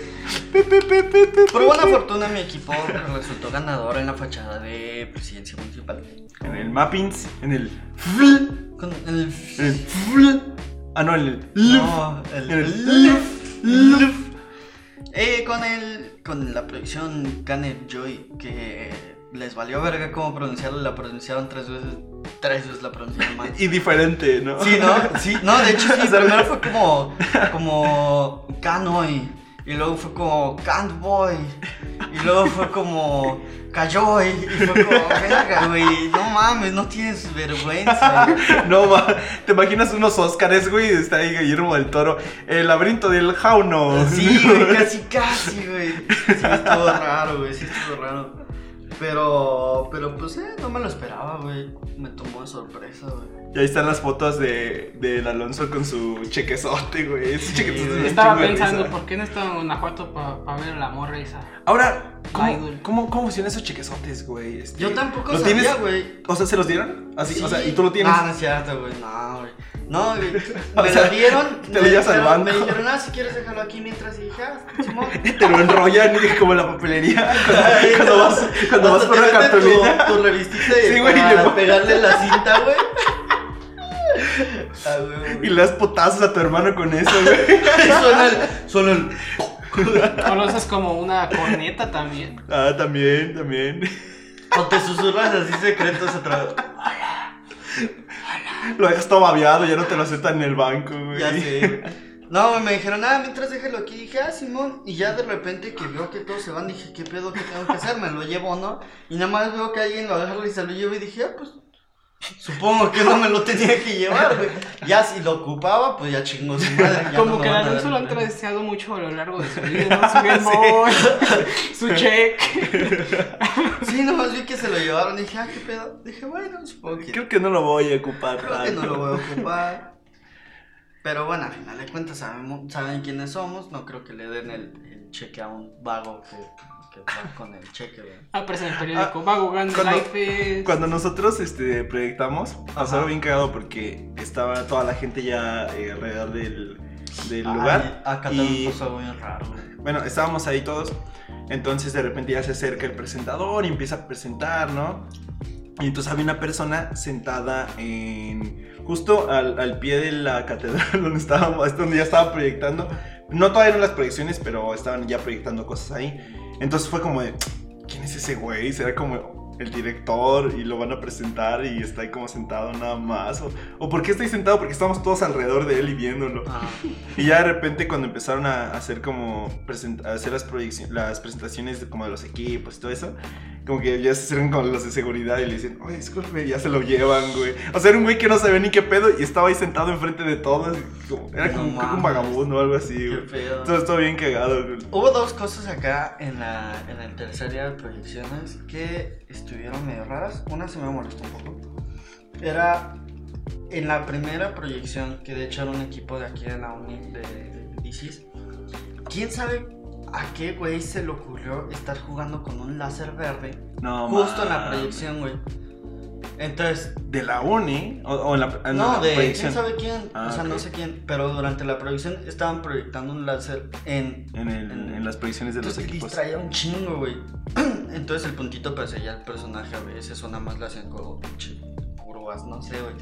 S1: Pi, pi, pi, pi, pi,
S3: Por
S1: pi,
S3: buena
S1: pi.
S3: fortuna, mi equipo resultó ganador en la fachada de presidencia municipal.
S1: En el mappings, en el. fl,
S3: Con el.
S1: En el. fl. Ah, no, en el. lf,
S3: No, el.
S1: En el. lf, lf.
S3: Eh, con el. Con la proyección Canet Joy, que les valió verga cómo pronunciarla, la pronunciaron tres veces. Tres veces la pronunciaron mal.
S1: Y diferente, ¿no?
S3: Sí, ¿no? Sí, no, de hecho sí,
S1: O sea,
S3: primero fue como, como Canoy, y luego fue como Cantboy, y luego fue como Cayoy, y fue como, verga, güey, no mames, no tienes vergüenza.
S1: No, ma, te imaginas unos Óscares, güey, y está ahí Guillermo del Toro, el laberinto del jauno.
S3: Sí, güey, casi, casi, güey. Sí, estuvo raro, güey, sí, estuvo raro. Pero, pero pues, eh, no me lo esperaba, güey, me tomó de sorpresa, güey.
S1: Y ahí están las fotos de, del Alonso con su chequezote, güey. Ese chequezote es
S3: güey.
S1: un
S2: Estaba
S1: chingo de
S2: pensando,
S3: eh.
S1: risa.
S2: ¿por qué no estaba en Guanajuato para ver a la morra esa?
S1: Ahora,
S2: Ay,
S1: ¿cómo,
S2: güey.
S1: cómo, cómo funcionan esos chequezotes, güey? Este,
S3: Yo tampoco
S1: ¿lo
S3: sabía,
S1: tienes-
S3: güey.
S1: O sea, ¿se los dieron? Así,
S3: Sí.
S1: o sea, ¿y tú lo tienes?
S3: Ah, no es cierto, güey. No, güey. No, güey.
S1: O
S3: Me
S1: sea,
S3: lo dieron.
S1: te
S3: me
S1: lo llevas al
S3: dijeron-
S1: banco.
S3: Me dijeron, ah, si quieres déjalo aquí mientras. Y dije, ah, Simón.
S1: Te lo enrollan y como en la papelería cuando, cuando vas, cuando vas
S3: Hasta
S1: por
S3: te
S1: una
S3: venden tu-
S1: cartulina.
S3: Tu, revistita y
S1: Sí, güey,
S3: para
S1: llegó.
S3: pegarle la cinta, güey. Ah,
S1: Y
S3: güey, güey.
S1: le das potazos a tu hermano con eso, güey.
S3: Y suena el. Suena el.
S2: O lo usas como una corneta también.
S1: Ah, también, también.
S3: O te susurras así secretos atrás.
S1: Lo dejas todo babeado, ya no te lo aceptan en el banco, güey.
S3: Ya sé, güey. No, güey, me dijeron, ah, mientras déjalo aquí. Dije, ah, Simón. Y ya de repente que veo que todos se van, dije, ¿qué pedo que tengo que hacer? Me lo llevo, ¿no? Y nada más veo que alguien lo agarra y se lo lleva. Y dije, ah, pues supongo que no me lo tenía que llevar, güey. Ya si lo ocupaba, pues ya chingo su madre. ya no
S2: Como
S3: me
S2: que
S3: van a
S2: la Alonso
S3: dar
S2: lo han
S3: nada.
S2: tradeado mucho a lo largo de su vida, ¿no? Su Game Boy, su cheque.
S3: Sí, nada más vi que se lo llevaron. Dije, ah, ¿qué pedo? Dije, bueno, supongo que.
S1: Creo que no lo voy a ocupar.
S3: Creo que
S1: tanto.
S3: no lo voy a ocupar. Pero bueno, al final de cuentas sabemos, saben quiénes somos. No creo que le den el, el cheque a un vago que, que va con el cheque. güey.
S2: Aparece Ah, pues, en el
S3: Ah,
S2: periódico. Va jugando
S1: cuando-
S2: Life eh, es-
S1: Cuando nosotros este, proyectamos, pasó algo bien cagado porque estaba toda la gente ya eh, alrededor del, del lugar.
S3: Ay, acá
S1: y-
S3: también pasó muy raro. güey.
S1: Bueno, estábamos ahí todos. Entonces de repente ya se acerca el presentador y empieza a presentar, ¿no? Y entonces había una persona sentada en. justo al, al pie de la catedral donde estábamos, es donde ya estaba proyectando. No todavía eran las proyecciones, pero estaban ya proyectando cosas ahí. Entonces fue como de. ¿Quién es ese güey? ¿Será como el director y lo van a presentar y está ahí como sentado nada más? ¿O, o por qué está ahí sentado? Porque estamos todos alrededor de él y viéndolo.
S3: Ah,
S1: Y ya de repente cuando empezaron a hacer como present- a hacer las, proyeccio- las presentaciones de, como de los equipos y todo eso, como que ya se acercan con los de seguridad y le dicen, oye, disculpe, y ya se lo llevan, güey. O sea, era un güey que no sabía ni qué pedo y estaba ahí sentado enfrente de todos. y como- era como creo
S3: No
S1: que un
S3: mames.
S1: vagabundo o algo así,
S3: qué
S1: güey.
S3: pedo.
S1: Entonces todo bien cagado, güey.
S3: Hubo dos cosas acá en la, en el tercer día de proyecciones que estuvieron medio raras. Una se me molestó un poco. Era en la primera proyección, que de hecho era un equipo de aquí de la uni de, de ISIS. ¿Quién sabe a qué güey se le ocurrió estar jugando con un láser verde
S1: No,
S3: justo en la
S1: mames.
S3: proyección, güey? Entonces,
S1: de la uni o, o en la, Ah, en
S3: no,
S1: la
S3: de
S1: proyección.
S3: quién sabe quién,
S1: Ah,
S3: o sea,
S1: ok.
S3: no sé quién, pero durante la proyección estaban proyectando un láser en...
S1: En, el-
S3: en-
S1: en las proyecciones de los
S3: Entonces te
S1: equipos.
S3: distraía un chingo, güey. Entonces el puntito para sellar el personaje a veces o nada más le hacían como pinche curvas, no sé, güey.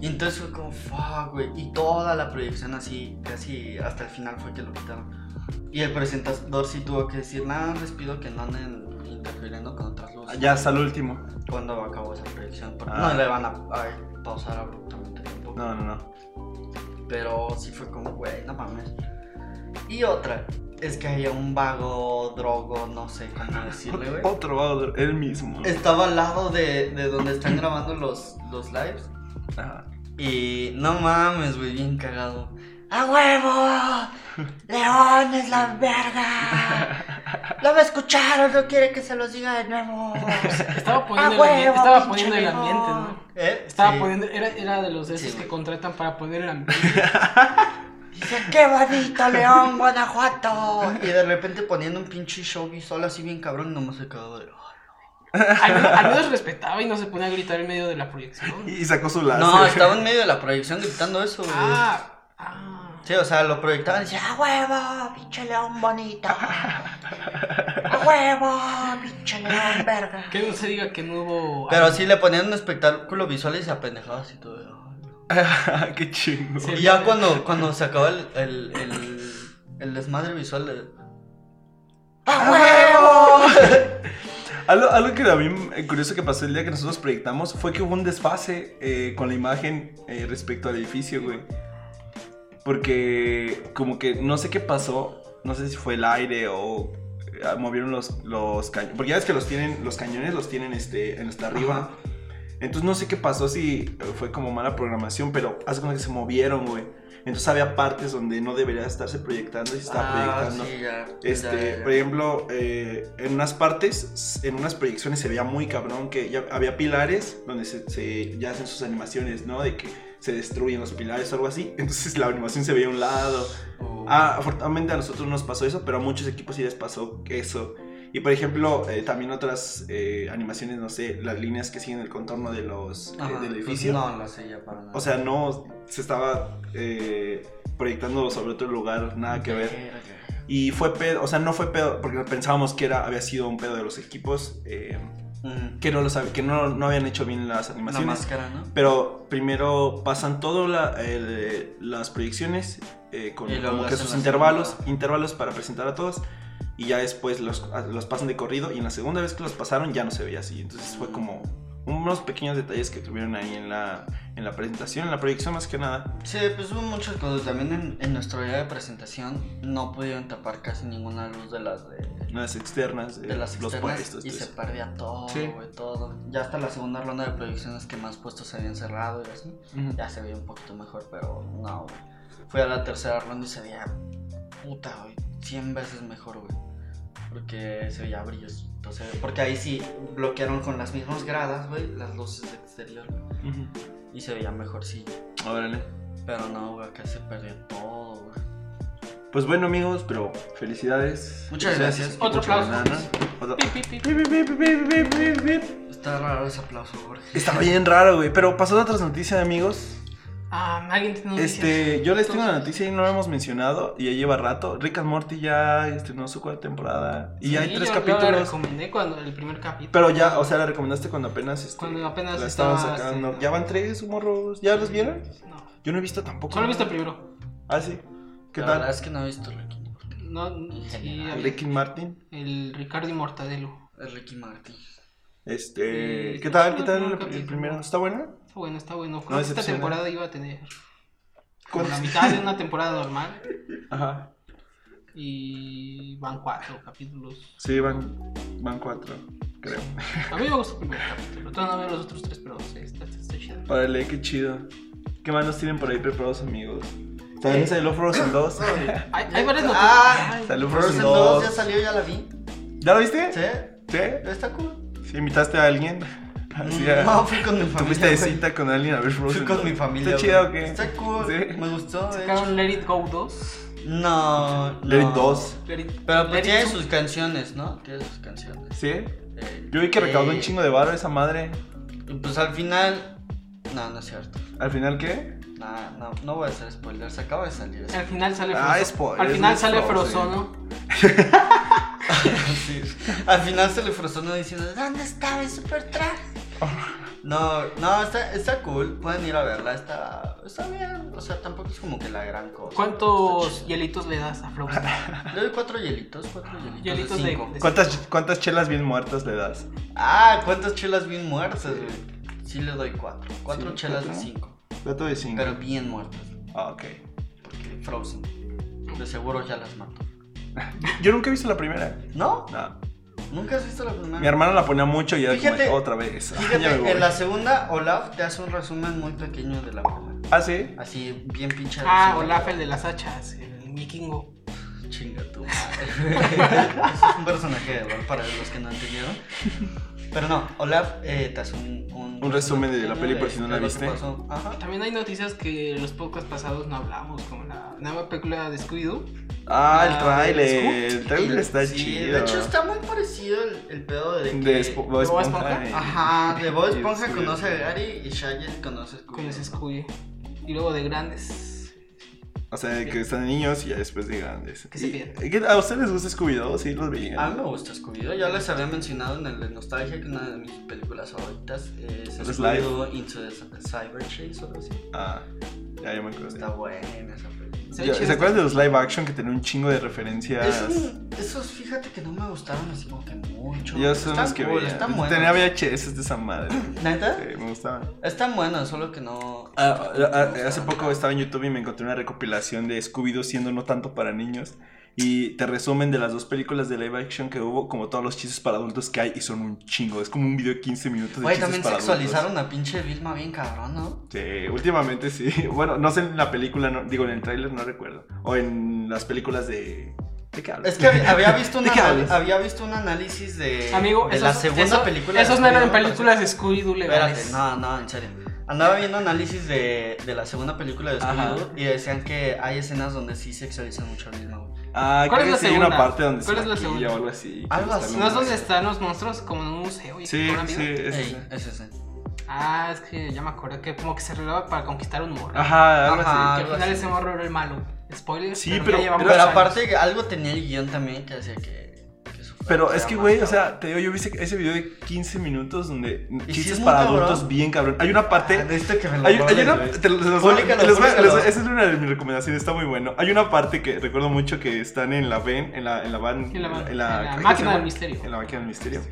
S3: Y entonces fue como, fuck, güey. Y toda la proyección así, casi hasta el final fue que lo quitaron. Y el presentador sí tuvo que decir, nada, les pido que no anden interfiriendo con otras
S1: Ah,
S3: luces.
S1: Ya hasta el último.
S3: Cuando acabó esa proyección, porque
S1: Ah.
S3: no le van a, a pausar abruptamente tampoco.
S1: No, no, no.
S3: Pero sí fue como, güey, no mames. Y otra, es que había un vago drogo, no sé cómo decirle, güey.
S1: Otro vago, él mismo.
S3: Estaba al lado de, de donde están grabando los, los lives.
S1: Ajá.
S3: Y no mames, güey, bien cagado. ¡A huevo! ¡León es la verga! ¡Lo me escucharon! ¡No quiere que se los diga de nuevo!
S2: Estaba
S3: ¡A
S2: poniendo, el, ambi-
S3: huevo!
S2: estaba
S3: pinche
S2: poniendo el
S3: león!
S2: ambiente, ¿no?
S3: ¿Eh?
S2: Estaba
S3: Sí.
S2: poniendo, era, era de los de
S3: Sí,
S2: esos que
S3: güey.
S2: contratan para poner el ambiente.
S3: Dice, qué bonito León, Guanajuato. Y de repente poniendo un pinche show visual así bien cabrón, nomás se quedó de. "Ay".
S2: Al, menos- al menos respetaba y no se ponía a gritar en medio de la proyección.
S1: Y sacó su láser.
S3: No, estaba en medio de la proyección gritando eso, güey.
S2: Ah, ah.
S3: Sí, o sea, lo proyectaban y decía, a huevo, pinche León bonito. A huevo, pinche León verga.
S2: Que no se diga que no hubo.
S3: "Ah, Pero sí le ponían un espectáculo visual y se apendejaba así todo. "Ay, no".
S1: Ah, Qué chingo.
S2: Sí.
S3: Y ya cuando, cuando se acaba el, el, el, el desmadre visual de... ¡A huevo!
S1: Algo, algo que también eh, curioso que pasó el día que nosotros proyectamos fue que hubo un desfase eh, con la imagen eh, respecto al edificio, güey. Porque como que no sé qué pasó, no sé si fue el aire o eh, movieron los, los cañones. Porque ya ves que los tienen, los cañones los tienen este, en hasta arriba.
S3: Ajá.
S1: Entonces no sé qué pasó si eh, fue como mala programación, pero hace como que se movieron, güey. Entonces había partes donde no debería estarse proyectando y se estaba
S3: Ah,
S1: proyectando.
S3: sí, ya,
S1: Este,
S3: ya, ya.
S1: por ejemplo, eh, en unas partes, en unas proyecciones se veía muy cabrón que ya había pilares donde se, se- ya hacen sus animaciones, ¿no? De que se destruyen los pilares o algo así. Entonces la animación se veía a un lado.
S3: Oh.
S1: Ah, afortunadamente a nosotros no nos pasó eso, pero a muchos equipos sí les pasó eso. Y por ejemplo, eh, también otras eh, animaciones, no sé, las líneas que siguen el contorno de los, eh,
S3: Ajá,
S1: del
S3: pues
S1: edificio.
S3: no, no sé ya para nada.
S1: O sea, no se estaba eh, proyectando sobre otro lugar, nada que ver.
S3: Verga.
S1: Y fue pedo, o sea, no fue pedo, porque pensábamos que era, había sido un pedo de los equipos, eh,
S3: Mm,
S1: que, no, lo sab- que no, no habían hecho bien las
S3: Una
S1: animaciones.
S3: máscara, ¿no?
S1: pero primero pasan todas eh, las proyecciones eh, con
S3: Y luego
S1: como que
S3: hacen
S1: sus
S3: la
S1: intervalos,
S3: segunda.
S1: intervalos para presentar a todos. Y ya después los, a- los pasan de corrido. Y en la segunda vez que los pasaron ya no se veía así. Entonces fue como unos pequeños detalles que tuvieron ahí en la, en la presentación, en la proyección más que nada.
S3: Sí, pues hubo muchas cosas. También en, en nuestro día de presentación no pudieron tapar casi ninguna luz de las de,
S1: Las externas, eh,
S3: de las
S1: los
S3: externas
S1: puestos.
S3: y
S1: todo
S3: se
S1: eso.
S3: perdía todo,
S1: Sí.
S3: güey, todo. Ya hasta la segunda ronda de proyecciones que más puestos se habían cerrado y así,
S1: Ujú.
S3: ya se veía un poquito mejor, pero no, güey. Fue a la tercera ronda y se veía puta, güey, 100 veces mejor, güey. Porque se veía brillos. Entonces, porque ahí sí bloquearon con las mismas gradas, güey, las luces de exterior.
S1: Ujú.
S3: Y se veía mejor, sí.
S1: Órale.
S3: Pero no, güey, acá se perdió todo, güey.
S1: Pues bueno, amigos, pero felicidades.
S3: Muchas
S1: Felicidades,
S3: gracias.
S1: equipo
S2: Otro aplauso.
S1: Banana. Otro-
S2: Pi, pi, pi, pi.
S1: Bip, bip, bip, bip, bip, bip, bip.
S3: Está raro ese aplauso, Jorge.
S1: Está bien raro, güey. Pero pasando a otras noticias, amigos.
S2: Ah, alguien tiene noticias?
S1: Este, yo les tengo
S2: Entonces-
S1: una noticia y no la hemos mencionado. Y ya lleva rato. Rick and Morty ya estrenó su cuarta temporada. Y ya hay
S2: Sí,
S1: tres
S2: yo- yo la
S1: capítulos.
S2: recomendé cuando el primer capítulo.
S1: Pero ya, o sea, la recomendaste cuando apenas. este,
S2: Cuando apenas
S1: la estaban
S2: estaba,
S1: sacando.
S2: sí.
S1: Ya van tres, morros. ¿Ya los vieron?
S2: No.
S1: Yo no he visto tampoco.
S2: Solo he visto el primero.
S1: Ah, sí. ¿Qué
S3: La verdad
S1: tal?
S3: es que no he visto Ricky.
S2: No, sí,
S3: general.
S1: Rick y Martin.
S2: el Ricardo y Mortadelo.
S3: Es Ricky Martin.
S1: Este,
S2: Sí,
S1: ¿qué tal?
S2: sí,
S1: ¿Qué tal
S2: no,
S1: el,
S2: capítulo.
S1: el primero? ¿Está buena?
S2: Está bueno, está bueno. Creo
S1: No
S2: que esta
S1: decepciona.
S2: temporada iba a tener como la mitad de una temporada normal.
S1: Ajá.
S2: Y van cuatro capítulos.
S1: Sí, van, van cuatro, creo.
S2: A mí me gusta el primer capítulo. Todavía no veo los otros tres, pero sí, está, está, está chido.
S1: Órale, qué chido. ¿Qué más nos tienen por ahí preparados, amigos? También salió Frozen 2.
S2: Hay, hay varias
S3: Ah,
S2: noticias. Ay,
S1: Salió Frozen
S3: Frozen 2 ya
S1: 2.
S3: salió, ya la vi.
S1: ¿Ya lo viste?
S3: ¿Sí?
S1: ¿Sí?
S3: Está cool.
S1: ¿Sí invitaste a alguien? Así a-
S3: No, fui con mi familia.
S1: ¿Tuviste de
S3: güey.
S1: cita con alguien a ver
S3: Fui
S1: Frozen?
S3: con
S1: 2?
S3: mi familia.
S1: ¿Está chido o
S3: güey.
S1: qué?
S3: Está cool.
S1: Sí.
S3: Me gustó. de hecho.
S2: Sacaron Let It Go 2.
S3: No. no.
S1: Let It 2.
S2: Let It-
S3: Pero pues
S2: Let It
S3: tiene
S2: Go.
S3: sus canciones, ¿no? Tiene sus canciones.
S1: ¿Sí?
S3: Eh,
S1: Yo vi que recaudó
S3: eh,
S1: un chingo de barro esa madre.
S3: Y pues al final. No, no es cierto.
S1: ¿Al final qué?
S3: Nah, no, no voy a hacer spoiler. Se acaba de salir.
S2: Al final sale
S1: Ah,
S2: Frozo-
S1: spoiler,
S2: Al final
S1: es
S2: sale
S1: Frozo,
S2: Frozono.
S3: Sí. Al final se le frustró no diciendo, ¿dónde estaba el super traje? No, no, está, está cool, pueden ir a verla, está, está bien, o sea, tampoco es como que la gran cosa.
S2: ¿Cuántos
S3: Está chido.
S2: hielitos le das a Frozo?
S3: Le doy cuatro hielitos, cuatro hielitos.
S2: Hielitos
S3: de
S2: de-
S3: cinco.
S2: de-
S1: ¿Cuántas, ¿Cuántas chelas bien muertas le das?
S3: Ah, cuántas chelas bien muertas, güey. Sí le doy cuatro, cuatro
S1: Sí,
S3: chelas
S1: cuatro.
S3: de cinco,
S1: Dato de 5.
S3: pero bien muertas,
S1: Ah, ok.
S3: porque Frozen, de seguro ya las mató.
S1: Yo nunca he visto la primera.
S3: ¿No?
S1: No.
S3: ¿Nunca has visto la primera?
S1: Mi hermana la ponía mucho y era como,
S3: Fíjate-
S1: otra vez. Ah, ya me
S3: Fíjate,
S1: voy.
S3: en la segunda, Olaf te hace un resumen muy pequeño de la primera.
S1: Ah, sí.
S3: Así, bien pinche.
S2: Ah,
S3: agresivo.
S2: Olaf, el de las hachas, el vikingo.
S3: Chinga tu madre. es un personaje de LOL para los que no entendieron. Pero no, Olaf eh, te hace un,
S1: Un resumen de la
S3: pequeño
S1: peli por si no la
S3: de lo que
S1: viste.
S3: pasó. Ajá.
S2: También hay noticias que en los podcasts pasados no hablamos, como la nueva película de Scooby-Doo.
S1: Ah,
S2: Ah,
S1: el tráiler.
S2: Scoop.
S1: El tráiler está
S3: Sí,
S1: chido.
S3: De hecho, está muy parecido el, el pedo de.
S1: De
S3: que-
S1: Spo- Bob
S2: ¿Bob
S1: Esponja.
S2: Esponja?
S1: y-
S3: Ajá, de Bob
S1: y
S3: Esponja
S1: Scooby-Doo.
S3: conoce a Gary y Shaggy conoce a Scooby.
S2: Con ese Scooby. Y luego de grandes.
S1: O sea, de que están niños y ya después de grandes.
S2: Que se
S1: Y-
S2: pierden.
S1: ¿qué- ¿A ustedes les gusta Scooby-Doo? Sí, los veían.
S3: A mí me gusta Scooby-Doo. Ya les había mencionado en el de Nostalgia que una de mis películas favoritas es
S1: It was Life.
S3: Scooby-Doo Into the Cyber Chase o algo así.
S1: Ah, ya, ya me acordé.
S3: Está buena esa película.
S2: Se ve
S1: Ya,
S2: chido.
S1: ¿Se acuerdan de los live action que tenían un chingo de referencias?
S3: Esos, esos, fíjate que no me gustaron así como que mucho.
S1: Yo son los que veía.
S3: Están buenos.
S1: Tenía VHS de esa madre.
S3: ¿Neta?
S1: Sí, me gustaban.
S3: Están buenos, solo que no.
S1: Ah, ah, ah, hace poco estaba en YouTube y me encontré una recopilación de Scooby-Doo siendo no tanto para niños. Y te resumen de las dos películas de live action que hubo, como todos los chistes para adultos que hay, y son un chingo. Es como un video de 15 minutos de
S3: Güey,
S1: chistes
S3: también
S1: para adultos.
S3: sexualizaron a pinche Vilma bien cabrón, ¿no?
S1: Sí, últimamente sí. Bueno, no sé en la película, no- digo, en el tráiler no recuerdo. O en las películas de... ¿De qué hablas?
S3: Es que había había visto, un
S1: ¿De qué
S3: anal-
S1: hablas?
S3: había visto un análisis de,
S2: Amigo,
S3: de
S2: esos,
S3: la segunda
S2: esos-
S3: película. de
S2: Esos no eran
S3: Scooby-Doo,
S2: películas
S3: parece.
S2: de Scooby-Doo
S3: Espérate,
S2: legales.
S3: no, no, en serio. Andaba viendo análisis de, de la segunda película de
S1: Ajá.
S3: Scooby-Doo y decían que hay escenas donde sí sexualizan mucho a Vilma, güey.
S1: Ah,
S2: ¿Cuál
S1: creo
S2: es
S1: que
S2: la
S1: sí hay una
S2: segunda?
S1: parte donde
S2: ¿Cuál
S1: se
S2: es la
S1: maquilla
S2: segunda?
S1: o algo así.
S3: Algo así.
S2: ¿No es donde están los monstruos como en un museo? Y
S1: Sí,
S2: cobran
S1: sí,
S2: vida?
S1: es-
S3: Ey, ese es ese.
S2: Ah, es que ya me acuerdo que como que se arreglaba para conquistar un morro.
S1: Ajá, algo
S3: Ajá.
S2: que al
S3: algo
S2: final
S3: así.
S2: ese morro era el malo. Spoiler.
S1: Sí,
S2: ya
S1: pero-
S2: llevamos
S3: Pero
S2: años.
S3: aparte, algo tenía el guión también que hacía que. que eso fuera-
S1: Pero
S3: fuera
S1: es que,
S3: más
S1: güey, o
S3: cabrón.
S1: sea, te digo, yo vi ese ese video de 15 minutos donde
S3: es
S1: chistes
S3: muy
S1: para
S3: cabrón.
S1: adultos bien cabrón. Hay una parte...
S3: Ah, necesito que me lo
S1: Hay, hay
S3: guardes,
S1: una...
S3: güey.
S1: te los- los-
S3: Públicalo,
S1: les voy a- les-
S3: públicalo.
S1: Esa es una de mis recomendaciones, está muy bueno. Hay una parte que recuerdo mucho que están en la van... En la, en la van...
S2: En la van- en la
S1: ¿cómo se
S2: máquina del
S1: llama?
S2: misterio.
S1: En la máquina del misterio.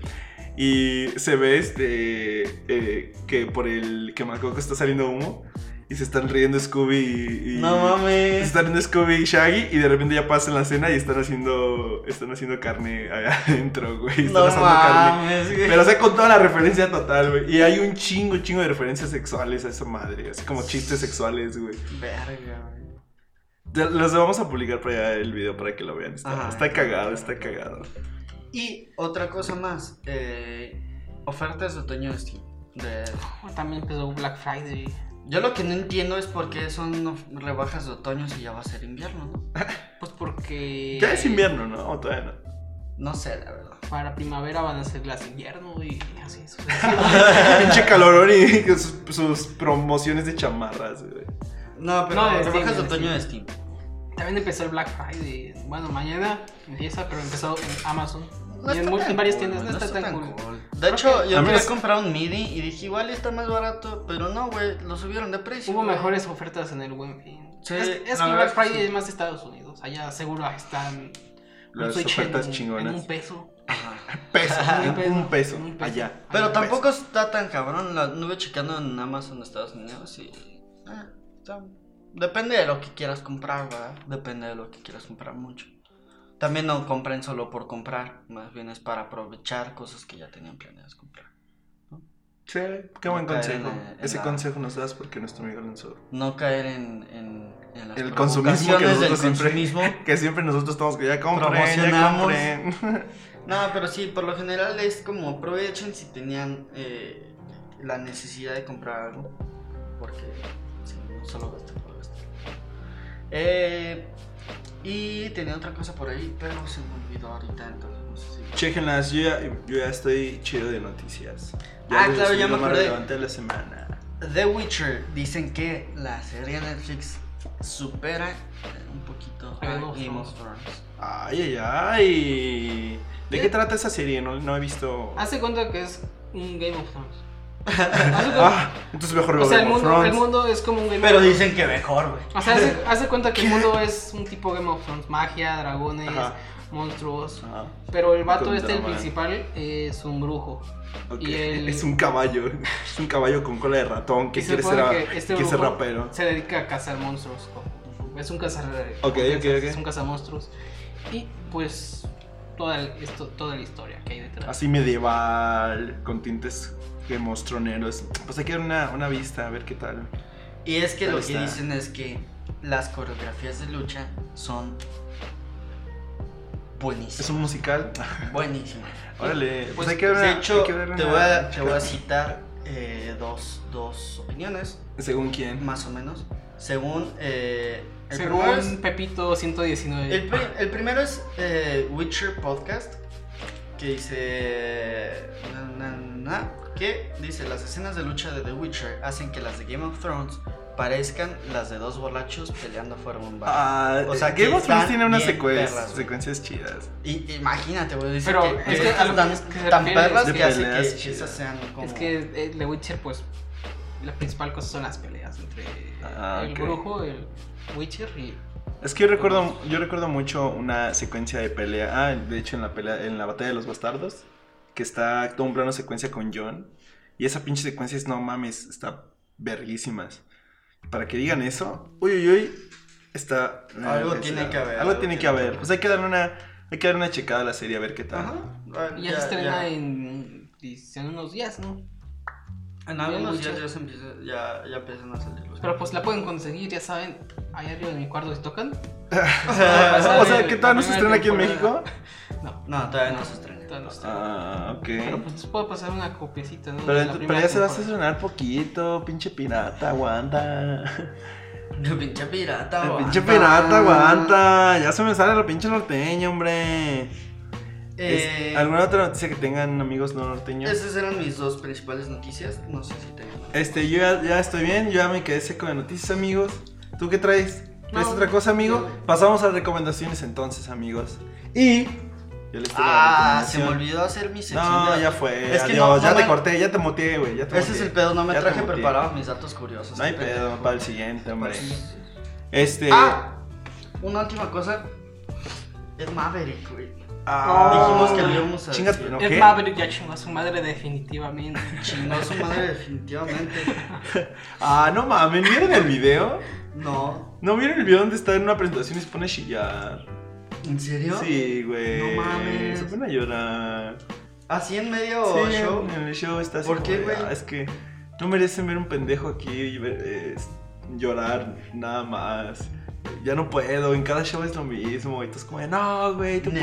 S1: Y se ve este... eh, que por el que me acuerdo que está saliendo humo y se están riendo Scooby y... y-
S3: No
S1: se
S3: mames.
S1: Están viendo Scooby y Shaggy y de repente ya pasan la cena y están haciendo están haciendo carne allá adentro, güey. Están
S3: No
S1: asando carne.
S3: mames, güey.
S1: Pero se con toda la referencia total, güey. Y hay un chingo, chingo de referencias sexuales a esa madre. Así como chistes sexuales, güey.
S3: Verga, güey.
S1: Ya Los vamos a publicar para allá el video para que lo vean. Está,
S3: Ajá.
S1: está cagado, está cagado.
S3: Y otra cosa más. eh, ofertas de otoño de Steam. De-
S2: También empezó Black Friday.
S3: Yo lo que no entiendo es por qué son of- rebajas de otoño si ya va a ser invierno, ¿no?
S2: Pues porque.
S1: Ya es invierno, ¿no? O Todavía no.
S3: No sé, la verdad.
S2: Para primavera van a ser las invierno y así sucesivamente.
S1: Pinche calorón y sus, sus promociones de chamarras, güey.
S3: No, pero
S2: No, de
S3: rebajas
S2: Steam,
S3: de
S2: de
S3: otoño de Steam.
S2: También empezó el Black Friday. Bueno, mañana empieza, pero empezó en Amazon.
S3: No
S2: y
S3: está
S2: en, mu-
S3: tan
S2: en varias
S3: cool,
S2: tiendas. No,
S3: güey,
S2: está, tan cool.
S3: De hecho, yo
S1: A mí
S3: quería
S1: es-
S3: comprar un MIDI y dije, igual está más barato, pero no, güey, lo subieron de precio.
S2: Hubo
S3: güey.
S2: mejores ofertas en el buen fin.
S3: Sí,
S2: es que, es
S3: la
S2: que
S3: verdad
S2: Black
S3: que
S2: Friday
S3: sí.
S2: es más de Estados Unidos. Allá seguro están. un
S1: Las
S2: Switch en
S1: ofertas
S2: un-
S1: chingonas.
S2: En un peso.
S3: Ajá.
S1: Peso,
S2: Un peso,
S1: un peso,
S2: un peso.
S1: allá.
S3: Pero
S1: Un
S3: tampoco está tan cabrón. La nube checando en Amazon de Estados Unidos y. ah, está- Depende de lo que quieras comprar, ¿verdad? Depende de lo que quieras comprar mucho. También no compren solo por comprar, más bien es para aprovechar cosas que ya tenían planeadas comprar.
S1: Sí, qué buen
S3: No caer en
S1: consejo.
S3: la- en
S1: Ese
S3: la-
S1: consejo nos das porque nuestro amigo Alonso.
S3: No caer en, en, en las
S1: El consumismo que
S3: provocaciones del
S1: nosotros siempre-
S3: consumismo.
S1: Que siempre nosotros estamos que ya compren, ya
S3: Promocionamos.
S1: compren.
S3: No, pero sí, por lo general es como aprovechen si tenían eh, la necesidad de comprar algo. Porque sí, no solo gastan por gastar. Eh, Y tenía otra cosa por ahí, pero se me olvidó ahorita, entonces no sé si...
S1: Chequenlas, yo ya, yo ya estoy chido de noticias.
S3: Ah,
S1: les
S3: claro,
S1: subí
S3: ya
S1: lo
S3: me
S1: más
S3: acordé.
S1: relevante de la semana.
S3: The Witcher, dicen que la serie de Netflix supera eh, un poquito a
S2: Game of
S3: Game of
S2: Thrones.
S3: Thrones.
S1: Ay, ay, ay. ¿De
S2: ¿Sí?
S1: qué trata esa serie? No, no he visto.
S2: Hace cuenta que es un Game of Thrones. Hace cuenta-
S1: Ah, entonces mejor
S2: pues, o
S1: veo
S2: sea, el
S1: Game of
S2: mundo, el
S1: Thrones.
S2: mundo es como un Game
S3: Pero
S2: of Thrones.
S3: dicen que mejor, güey.
S2: O sea, hace, hace cuenta que el mundo es un tipo Game of Thrones. Magia, dragones,
S1: Ajá.
S2: monstruos.
S1: Ah,
S2: Pero el vato
S1: Con
S2: este, el
S1: drama.
S2: principal, eh, es un brujo.
S1: ok.
S2: Y el-
S1: Es un caballo. Es un caballo con cola de ratón que
S2: Y se
S1: quiere ser,
S2: supone
S1: a-
S2: que este
S1: quiere ser
S2: brujo
S1: rapero.
S2: Se dedica a cazar monstruos. Es un cazar.
S1: Ok, ok, ok.
S2: Es un cazamonstruos. Y pues toda, el- esto, toda la historia que hay detrás.
S1: Así medieval, con tintes que mostroneros. Pues hay que dar una, una vista, a ver qué tal.
S3: Y es que
S1: Ahí
S3: lo que
S1: está.
S3: dicen es que las coreografías de lucha son
S1: Es
S3: buenísimas.
S1: un musical.
S3: Buenísimas.
S1: Órale, pues,
S2: Pues,
S1: hay que ver
S3: De
S1: una- hay
S3: hecho,
S1: que ver
S3: te
S1: una-
S3: voy a, te voy a citar eh, dos, dos opiniones,
S1: Según quién.
S3: más o menos. Según. eh, el,
S2: Según
S3: primero es,
S2: Pepito 119.
S3: el pri- el primero es, eh, Witcher Podcast, que dice. na, na, na, que dice: Las escenas de lucha de The Witcher hacen que las de Game of Thrones parezcan las de dos borrachos peleando fuera de un bar.
S1: Ah,
S3: O sea,
S1: eh,
S3: que
S1: Game of Thrones
S3: están
S1: tiene unas
S3: bien
S1: secuen-
S3: perras, güey.
S1: secuencias chidas.
S3: Y, imagínate, güey, dice
S2: Pero
S3: que,
S2: es que a lo que
S3: están tan,
S2: se refiere
S3: tan
S2: es
S3: perras
S1: de
S3: que hace
S1: peleas
S3: que
S1: chidas.
S3: esas sean como...
S2: Es que eh, The Witcher, pues, la principal cosa son las peleas entre
S1: Ah,
S2: el
S1: ok.
S2: brujo, el Witcher y.
S1: Es que yo recuerdo, yo recuerdo mucho una secuencia de pelea. Ah, de hecho, en la pelea, en la batalla de los bastardos, que está todo un plano secuencia con John. Y esa pinche secuencia es no mames, está verguísimas. Para que digan eso, uy, uy, uy, está.
S3: Algo
S1: está-
S3: tiene que haber,
S1: Algo, tiene que haber. Pues hay que darle una, hay que darle una checada a la serie a ver qué tal.
S3: Ajá.
S2: Y ya, se estrena en. dice, en unos días, ¿no?
S3: En algunos
S2: Mucho.
S3: días ya, se empieza, ya, ya empiezan a salir los...
S2: Pero pues la pueden conseguir, ya saben, ahí arriba de mi cuarto si tocan.
S1: o sea,
S2: el-
S1: ¿qué tal? ¿No
S2: la
S1: se estrena aquí en
S2: primera
S1: México?
S2: No,
S3: No, todavía no se estrena.
S2: todavía no está.
S1: Ah, ok.
S2: Pero pues les puedo pasar una copiecita, ¿no?
S1: Pero,
S2: De la
S1: ent- pero
S2: primera
S1: ya se va a
S2: temporada.
S1: sesionar poquito, pinche pirata, aguanta.
S3: El pinche pirata,
S1: El
S3: aguanta.
S1: pinche pirata, aguanta. Ya se me sale lo pinche norteño, hombre.
S3: Eh,
S1: Es- ¿Alguna otra noticia que tengan amigos no norteños?
S3: Esas eran mis dos principales noticias. No sé si tengan...
S1: Este, yo ya, ya estoy bien, yo ya me quedé seco de noticias, amigos. ¿Tú qué traes? ¿Traes
S2: No,
S1: otra cosa, amigo?
S2: no.
S1: Pasamos a recomendaciones entonces, amigos. Y yo les tengo la
S3: Ah, se me
S1: recomendación.
S3: olvidó hacer mi sección.
S1: No,
S3: de-
S1: ya fue.
S3: Es que
S1: adiós,
S3: no,
S1: ya
S3: no
S1: te
S3: me-
S1: corté, ya te moteé, güey. ya te
S3: Ese es
S1: muteé.
S3: el pedo, no me
S1: Ya te
S3: traje
S1: muteé.
S3: preparados mis datos curiosos.
S1: No hay
S3: qué
S1: pedo,
S3: pendejo.
S1: para el siguiente, hombre.
S3: Para el siguiente.
S1: Este.
S3: Ah, una última cosa. Es Maverick, güey.
S2: Ah.
S1: Ah,
S3: Dijimos que lo íbamos a
S1: Chinga,
S3: decir.
S1: ¿no?
S2: El
S1: ¿Qué?
S2: Maverick ya chingó a su madre definitivamente.
S3: Chingó a su madre definitivamente.
S1: Ah, no mames, ¿vieron el video?
S3: No.
S1: ¿No vieron el video donde está en una presentación y se pone a chillar?
S3: ¿En serio?
S1: Sí, güey.
S3: No mames.
S1: Se pone a llorar.
S3: Así en medio
S1: sí,
S3: show.
S1: en el show está así.
S3: ¿Por
S1: como
S3: qué,
S1: de,
S3: güey?
S1: "Ah, es que no merecen ver un pendejo aquí y ver, eh, es- llorar nada más. Ya no puedo, en cada show es lo mismo. Y tú es como de, no, güey, tú
S3: Neta,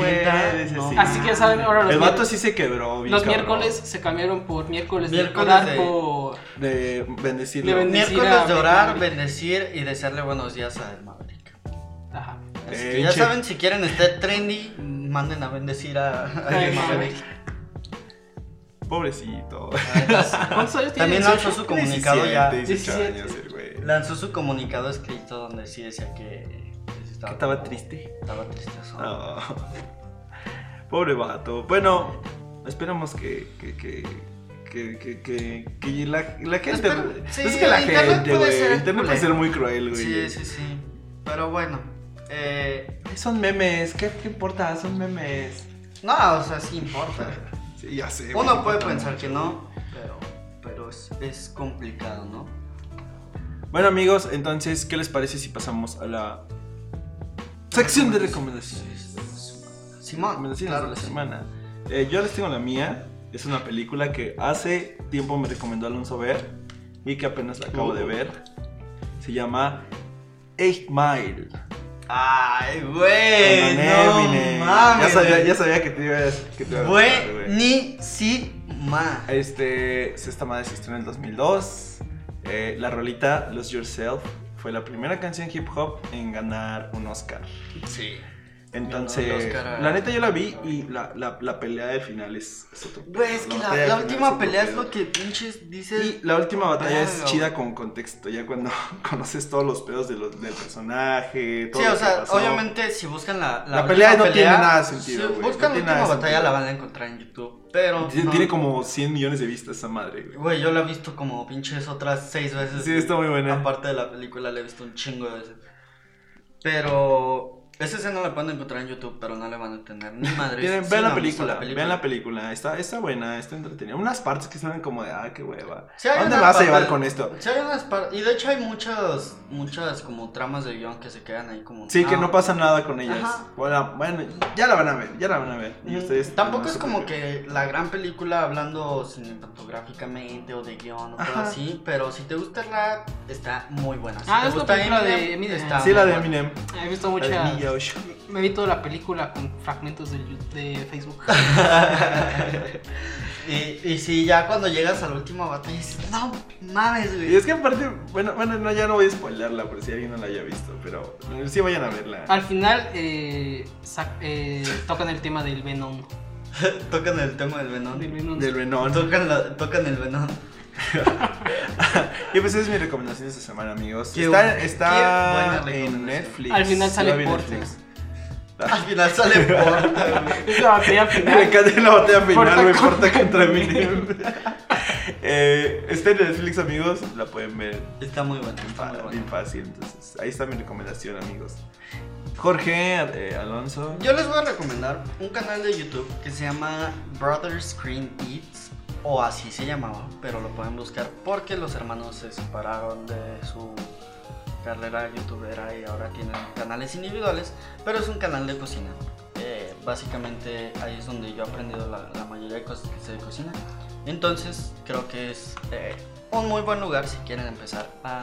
S1: puedes.
S3: no
S1: así.
S2: Así que ya saben, ahora los,
S1: El
S2: mier-
S1: vato sí se quebró. bien
S2: los
S1: cabrón.
S2: miércoles se cambiaron por miércoles,
S3: Miércoles
S2: de llorar
S3: de-
S2: por.
S1: De bendecirlo.
S2: De bendecir.
S3: Miércoles de
S2: a-
S3: orar, bendecir y desearle buenos días a El Maverick.
S2: Ajá.
S3: Así
S1: Eh,
S3: que ya
S1: che.
S3: saben, si quieren estar trendy, manden a bendecir a, a El
S2: Ay,
S3: Maverick.
S1: Pobrecito.
S2: ¿Cuántos años tiene?
S3: También lanzó su comunicado ya.
S1: 17, 18
S2: 17.
S1: años el güey.
S3: Lanzó su comunicado escrito donde sí decía que. que sí
S1: Que estaba
S3: como-
S1: triste. Ah,
S3: Estaba triste.
S1: No. Oh. Pobre vato. Bueno, esperamos que. que, que... Que, que, que, que la, la gente.
S3: Espero- sí,
S1: es que la
S3: internet
S1: gente,
S3: puede
S1: güey.
S3: ser
S1: Internet puede
S3: culero.
S1: ser muy cruel, güey.
S3: Sí, sí, sí. Pero bueno. Eh,
S1: Son memes. ¿Qué, qué importa? Son memes.
S3: no, o sea, sí importa.
S1: Sí, ya sé. güey,
S3: Uno puede
S1: importa
S3: pensar
S1: mucho.
S3: que no, pero, pero es, es complicado, ¿no?
S1: Bueno, amigos, entonces, ¿qué les parece si pasamos a la sección de recomendaciones?
S3: Simón,
S1: recomendaciones
S3: claro
S1: de la
S3: que sí.
S1: semana. Eh, yo les tengo la mía. Es una película que hace tiempo me recomendó Alonso ver y que apenas la acabo
S3: Uh.
S1: de ver. Se llama Eight Mile.
S3: Ay,
S1: Con
S3: güey.
S1: Eminem.
S3: Eh, No mames.
S1: ya, sabía,
S3: güey.
S1: ya sabía que te ibas que te iba a gustar, güey.
S3: Buenísima.
S1: Este, esta madre se estrenó en el 2002. Eh, la rolita Los Yourself Fue la primera canción hip hop en ganar un Oscar.
S4: Sí.
S3: Ganó el
S1: Entonces,
S3: Oscar a-
S1: la neta yo la vi y la, la, la pelea del final es, es otro pedo.
S3: Güey, es que
S1: batalla
S3: la,
S1: del
S3: la
S1: final
S3: última
S1: otro
S3: pelea es
S1: pedo.
S3: lo que pinches dices.
S1: Y la última batalla es
S3: Verga,
S1: chida
S3: güey.
S1: con contexto, ya cuando conoces todos los pedos de los- del personaje, todo
S3: Sí,
S1: lo
S3: o
S1: que
S3: sea,
S1: pasó.
S3: obviamente si buscan la,
S1: La pelea
S3: última
S1: no tiene nada de sentido,
S3: si
S1: güey, no
S3: buscan la
S1: tiene
S3: última
S1: nada de
S3: batalla
S1: sentido.
S3: la van a encontrar en YouTube. Pero.
S1: Tiene,
S3: no.
S1: tiene como 100 millones de vistas esa madre, güey.
S3: Güey, yo la he visto como pinches otras seis veces.
S1: Sí, está muy buena.
S3: Aparte de la película, la he visto un chingo de veces. Pero. Esa escena la pueden encontrar en YouTube, pero no la van a entender ni madre.
S1: Tienen-
S3: Sí
S1: vean la
S3: me gustó
S1: película, vean la película, está, está buena, está entretenida. Unas partes que salen como de, ah, qué hueva.
S3: Sí, hay
S1: ¿A dónde me
S3: una
S1: vas a llevar
S3: parte-
S1: con esto?
S3: Sí, hay unas par- Y de hecho hay muchas, muchas como tramas de guión que se quedan ahí como.
S1: Sí, que
S3: "Ah,
S1: no pasa nada con ellas.
S3: Ajá.
S1: Bueno, bueno, ya la van a ver, ya la van a ver. Y
S3: Mm,
S1: ustedes
S3: Tampoco
S1: no
S3: es
S1: se
S3: como
S1: preocupen.
S3: que la gran película hablando cinematográficamente o de guión o todo
S1: Ajá.
S3: así, pero si te gusta rap, está muy buena. Si
S2: Ah,
S3: te
S2: es la
S3: gusta
S2: película de Eminem.
S3: está
S1: Sí, la
S3: muy
S1: de
S3: buena.
S1: Eminem.
S2: He visto
S1: La de
S2: muchas.
S1: Milla Osh.
S2: Me vi toda la película con fragmentos del Yu- de, Facebook.
S3: y, y si ya cuando llegas a la última batalla dices, no mames,
S1: Y
S3: güey.
S1: es que aparte, bueno, bueno, no, ya no voy a spoilerla por si alguien no la haya visto, pero eh, sí vayan a verla.
S3: Ah,
S2: Al final eh, sac- eh, tocan el tema del Venom.
S3: tocan el tema del venón.
S2: Del Venom.
S1: Del Venón.
S3: Tocan, la- tocan el venón.
S1: Y pues esa es mi recomendación esta semana, amigos.
S3: Qué
S1: está
S3: bu- qué
S1: está
S3: buena
S1: en
S3: recomendación.
S1: Netflix.
S2: Al final
S1: Yo
S2: sale
S1: la vi en
S2: Porta.
S1: Netflix.
S3: Al final sale porta, güey.
S2: Es la batalla
S1: Me
S2: final.
S1: encanta la batalla final,
S2: Porta
S1: güey,
S2: contra
S1: Porta contra Eminem.
S2: Eminem.
S1: eh, está en Netflix, amigos. La pueden ver
S3: Está muy bueno, está muy
S1: fa-
S3: bueno.
S1: bien fácil. Entonces, ahí está mi recomendación, amigos. Jorge eh, Alonso.
S3: Yo les voy a recomendar un canal de YouTube que se llama Brother Screen Eats, o así se llamaba, pero lo pueden buscar porque los hermanos se separaron de su carrera youtubera y ahora tienen canales individuales, pero es un canal de cocina. Eh, básicamente ahí es donde yo he aprendido la, la mayoría de cosas que se de cocina. Entonces creo que es eh, un muy buen lugar si quieren empezar a... a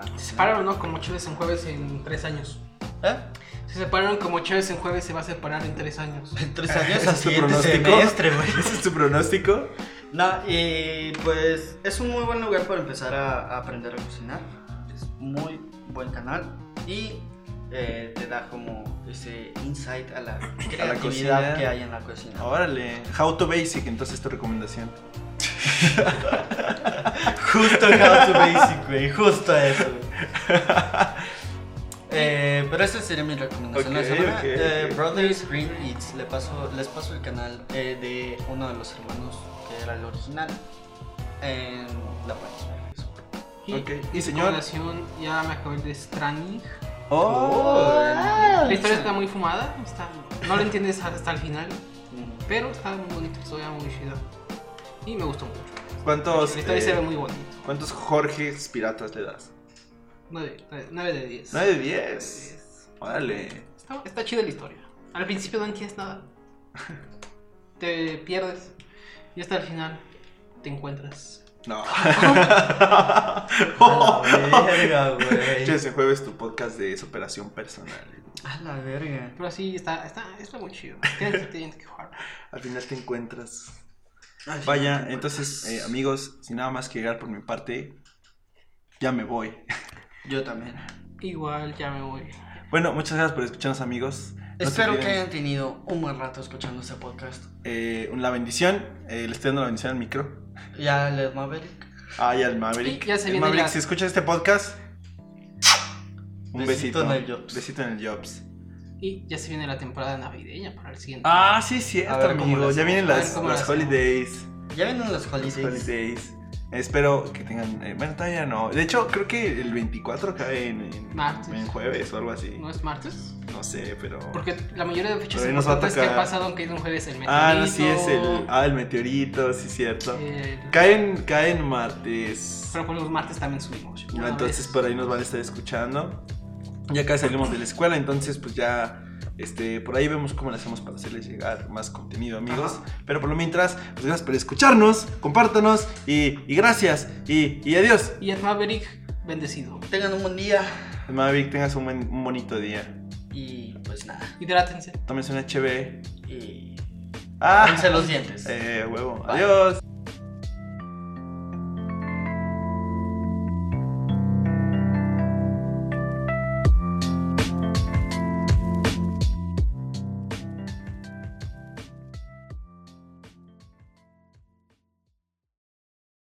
S2: Ah, Se separaron, ¿no? Como Chévez en jueves en tres años.
S3: ¿Eh?
S2: Se separaron como Chévez en jueves se va a separar en tres años.
S3: En tres
S1: ¿Ese
S3: años
S1: es
S3: al
S1: tu
S3: siguiente
S1: pronóstico?
S3: semestre, güey.
S1: ¿Ese es tu pronóstico?
S3: No, y pues es un muy buen lugar para empezar a, a aprender a cocinar. Es muy buen canal y eh, te da como ese insight a la creatividad
S1: cocina.
S3: que hay en la cocina. Oh.
S1: Órale. How to Basic, entonces tu recomendación.
S3: Justo How to Basic, güey. Justo eso, güey. Eh, pero esa sería mi recomendación de la
S1: Ok,
S3: semana.
S1: ok,
S3: Eh,
S1: ok.
S3: Brothers Green Eats. Le paso, les paso el canal eh, de uno de los hermanos que era el original. En la página de Facebook.
S2: Y
S1: Ok. ¿Y
S2: mi
S1: señor?
S2: recomendación, ya me acabé de Stranding.
S3: Oh.
S2: La historia está muy fumada. está- no la entiendes hasta el final. Pero está muy bonita, historia muy chida. Y me gustó mucho.
S1: ¿Cuántos,
S2: La historia se
S1: eh,
S2: ve muy bonita.
S1: ¿Cuántos Jorges piratas le das?
S2: 9, 9 de 10.
S1: 9 de 10. Órale.
S2: Está, está chida la historia. Al principio no entiendes nada. Te pierdes. Y hasta el final te encuentras.
S1: No. Oh,
S3: A la verga, güey.
S1: Ese jueves tu podcast de superación personal.
S3: A la verga.
S2: Pero sí, está, está, está muy chido. Tienes que, tienes que jugar.
S1: Al final te encuentras.
S3: Ay, sí, no
S1: Vaya,
S3: te
S1: entonces, eh,
S3: encuentras.
S1: amigos, sin nada más que llegar por mi parte, ya me voy.
S3: Yo también.
S2: Igual ya me voy.
S1: Bueno, muchas gracias por escucharnos, amigos. No se
S3: Espero que
S1: olviden,
S3: hayan tenido un buen rato escuchando este podcast.
S1: eh, la bendición. Eh, le estoy dando la bendición al micro.
S3: Ya les Maverick.
S1: Ay, al Maverick.
S2: Y ya se
S1: El
S2: viene
S1: Maverick,
S2: la-
S1: si escuchas este podcast, un besito.
S3: Besito en el Jobs.
S1: Besito en el Jobs.
S2: Y ya se viene la temporada navideña para el siguiente.
S1: Ah, sí, es
S3: A
S1: cierto,
S3: ver cómo lo
S1: amigos. Ya
S3: hacemos,
S1: vienen
S2: a ver
S1: las,
S2: cómo lo
S1: las
S2: hacemos.
S1: holidays.
S3: Ya vienen los
S1: Los
S3: holidays.
S1: holidays. Espero que tengan. eh, bueno, todavía no. De hecho, creo que el 24 cae en, en-
S2: Martes.
S1: en jueves o algo así.
S2: ¿No es martes?
S1: No sé, pero.
S2: Porque la mayoría de fechas
S1: Pero ahí nos va a
S2: importantes que ha
S1: tocar.
S2: pasado, aunque es un jueves, el meteorito.
S1: Ah, no, sí, es el. Ah, el meteorito, sí, cierto.
S2: el-
S1: Caen, caen martes.
S2: Pero por los martes también subimos.
S1: No,
S2: Una
S1: Ah, entonces pues.
S2: vez.
S1: por ahí nos van a estar escuchando. Ya casi salimos de la escuela, entonces pues ya este, por ahí vemos cómo le hacemos para hacerles llegar más contenido, amigos. Pero por lo mientras, pues gracias por escucharnos, compártanos y, y gracias y, y adiós.
S2: Y el Maverick, bendecido.
S3: Tengan un buen día.
S1: Mavic, Pues, tengas un, buen- un bonito día.
S3: Y pues nada.
S2: Hidrátense.
S1: Tómense una HB.
S3: Y.
S1: Ah,
S3: Ponse los dientes.
S1: eh, huevo.
S3: Bye.
S1: Adiós.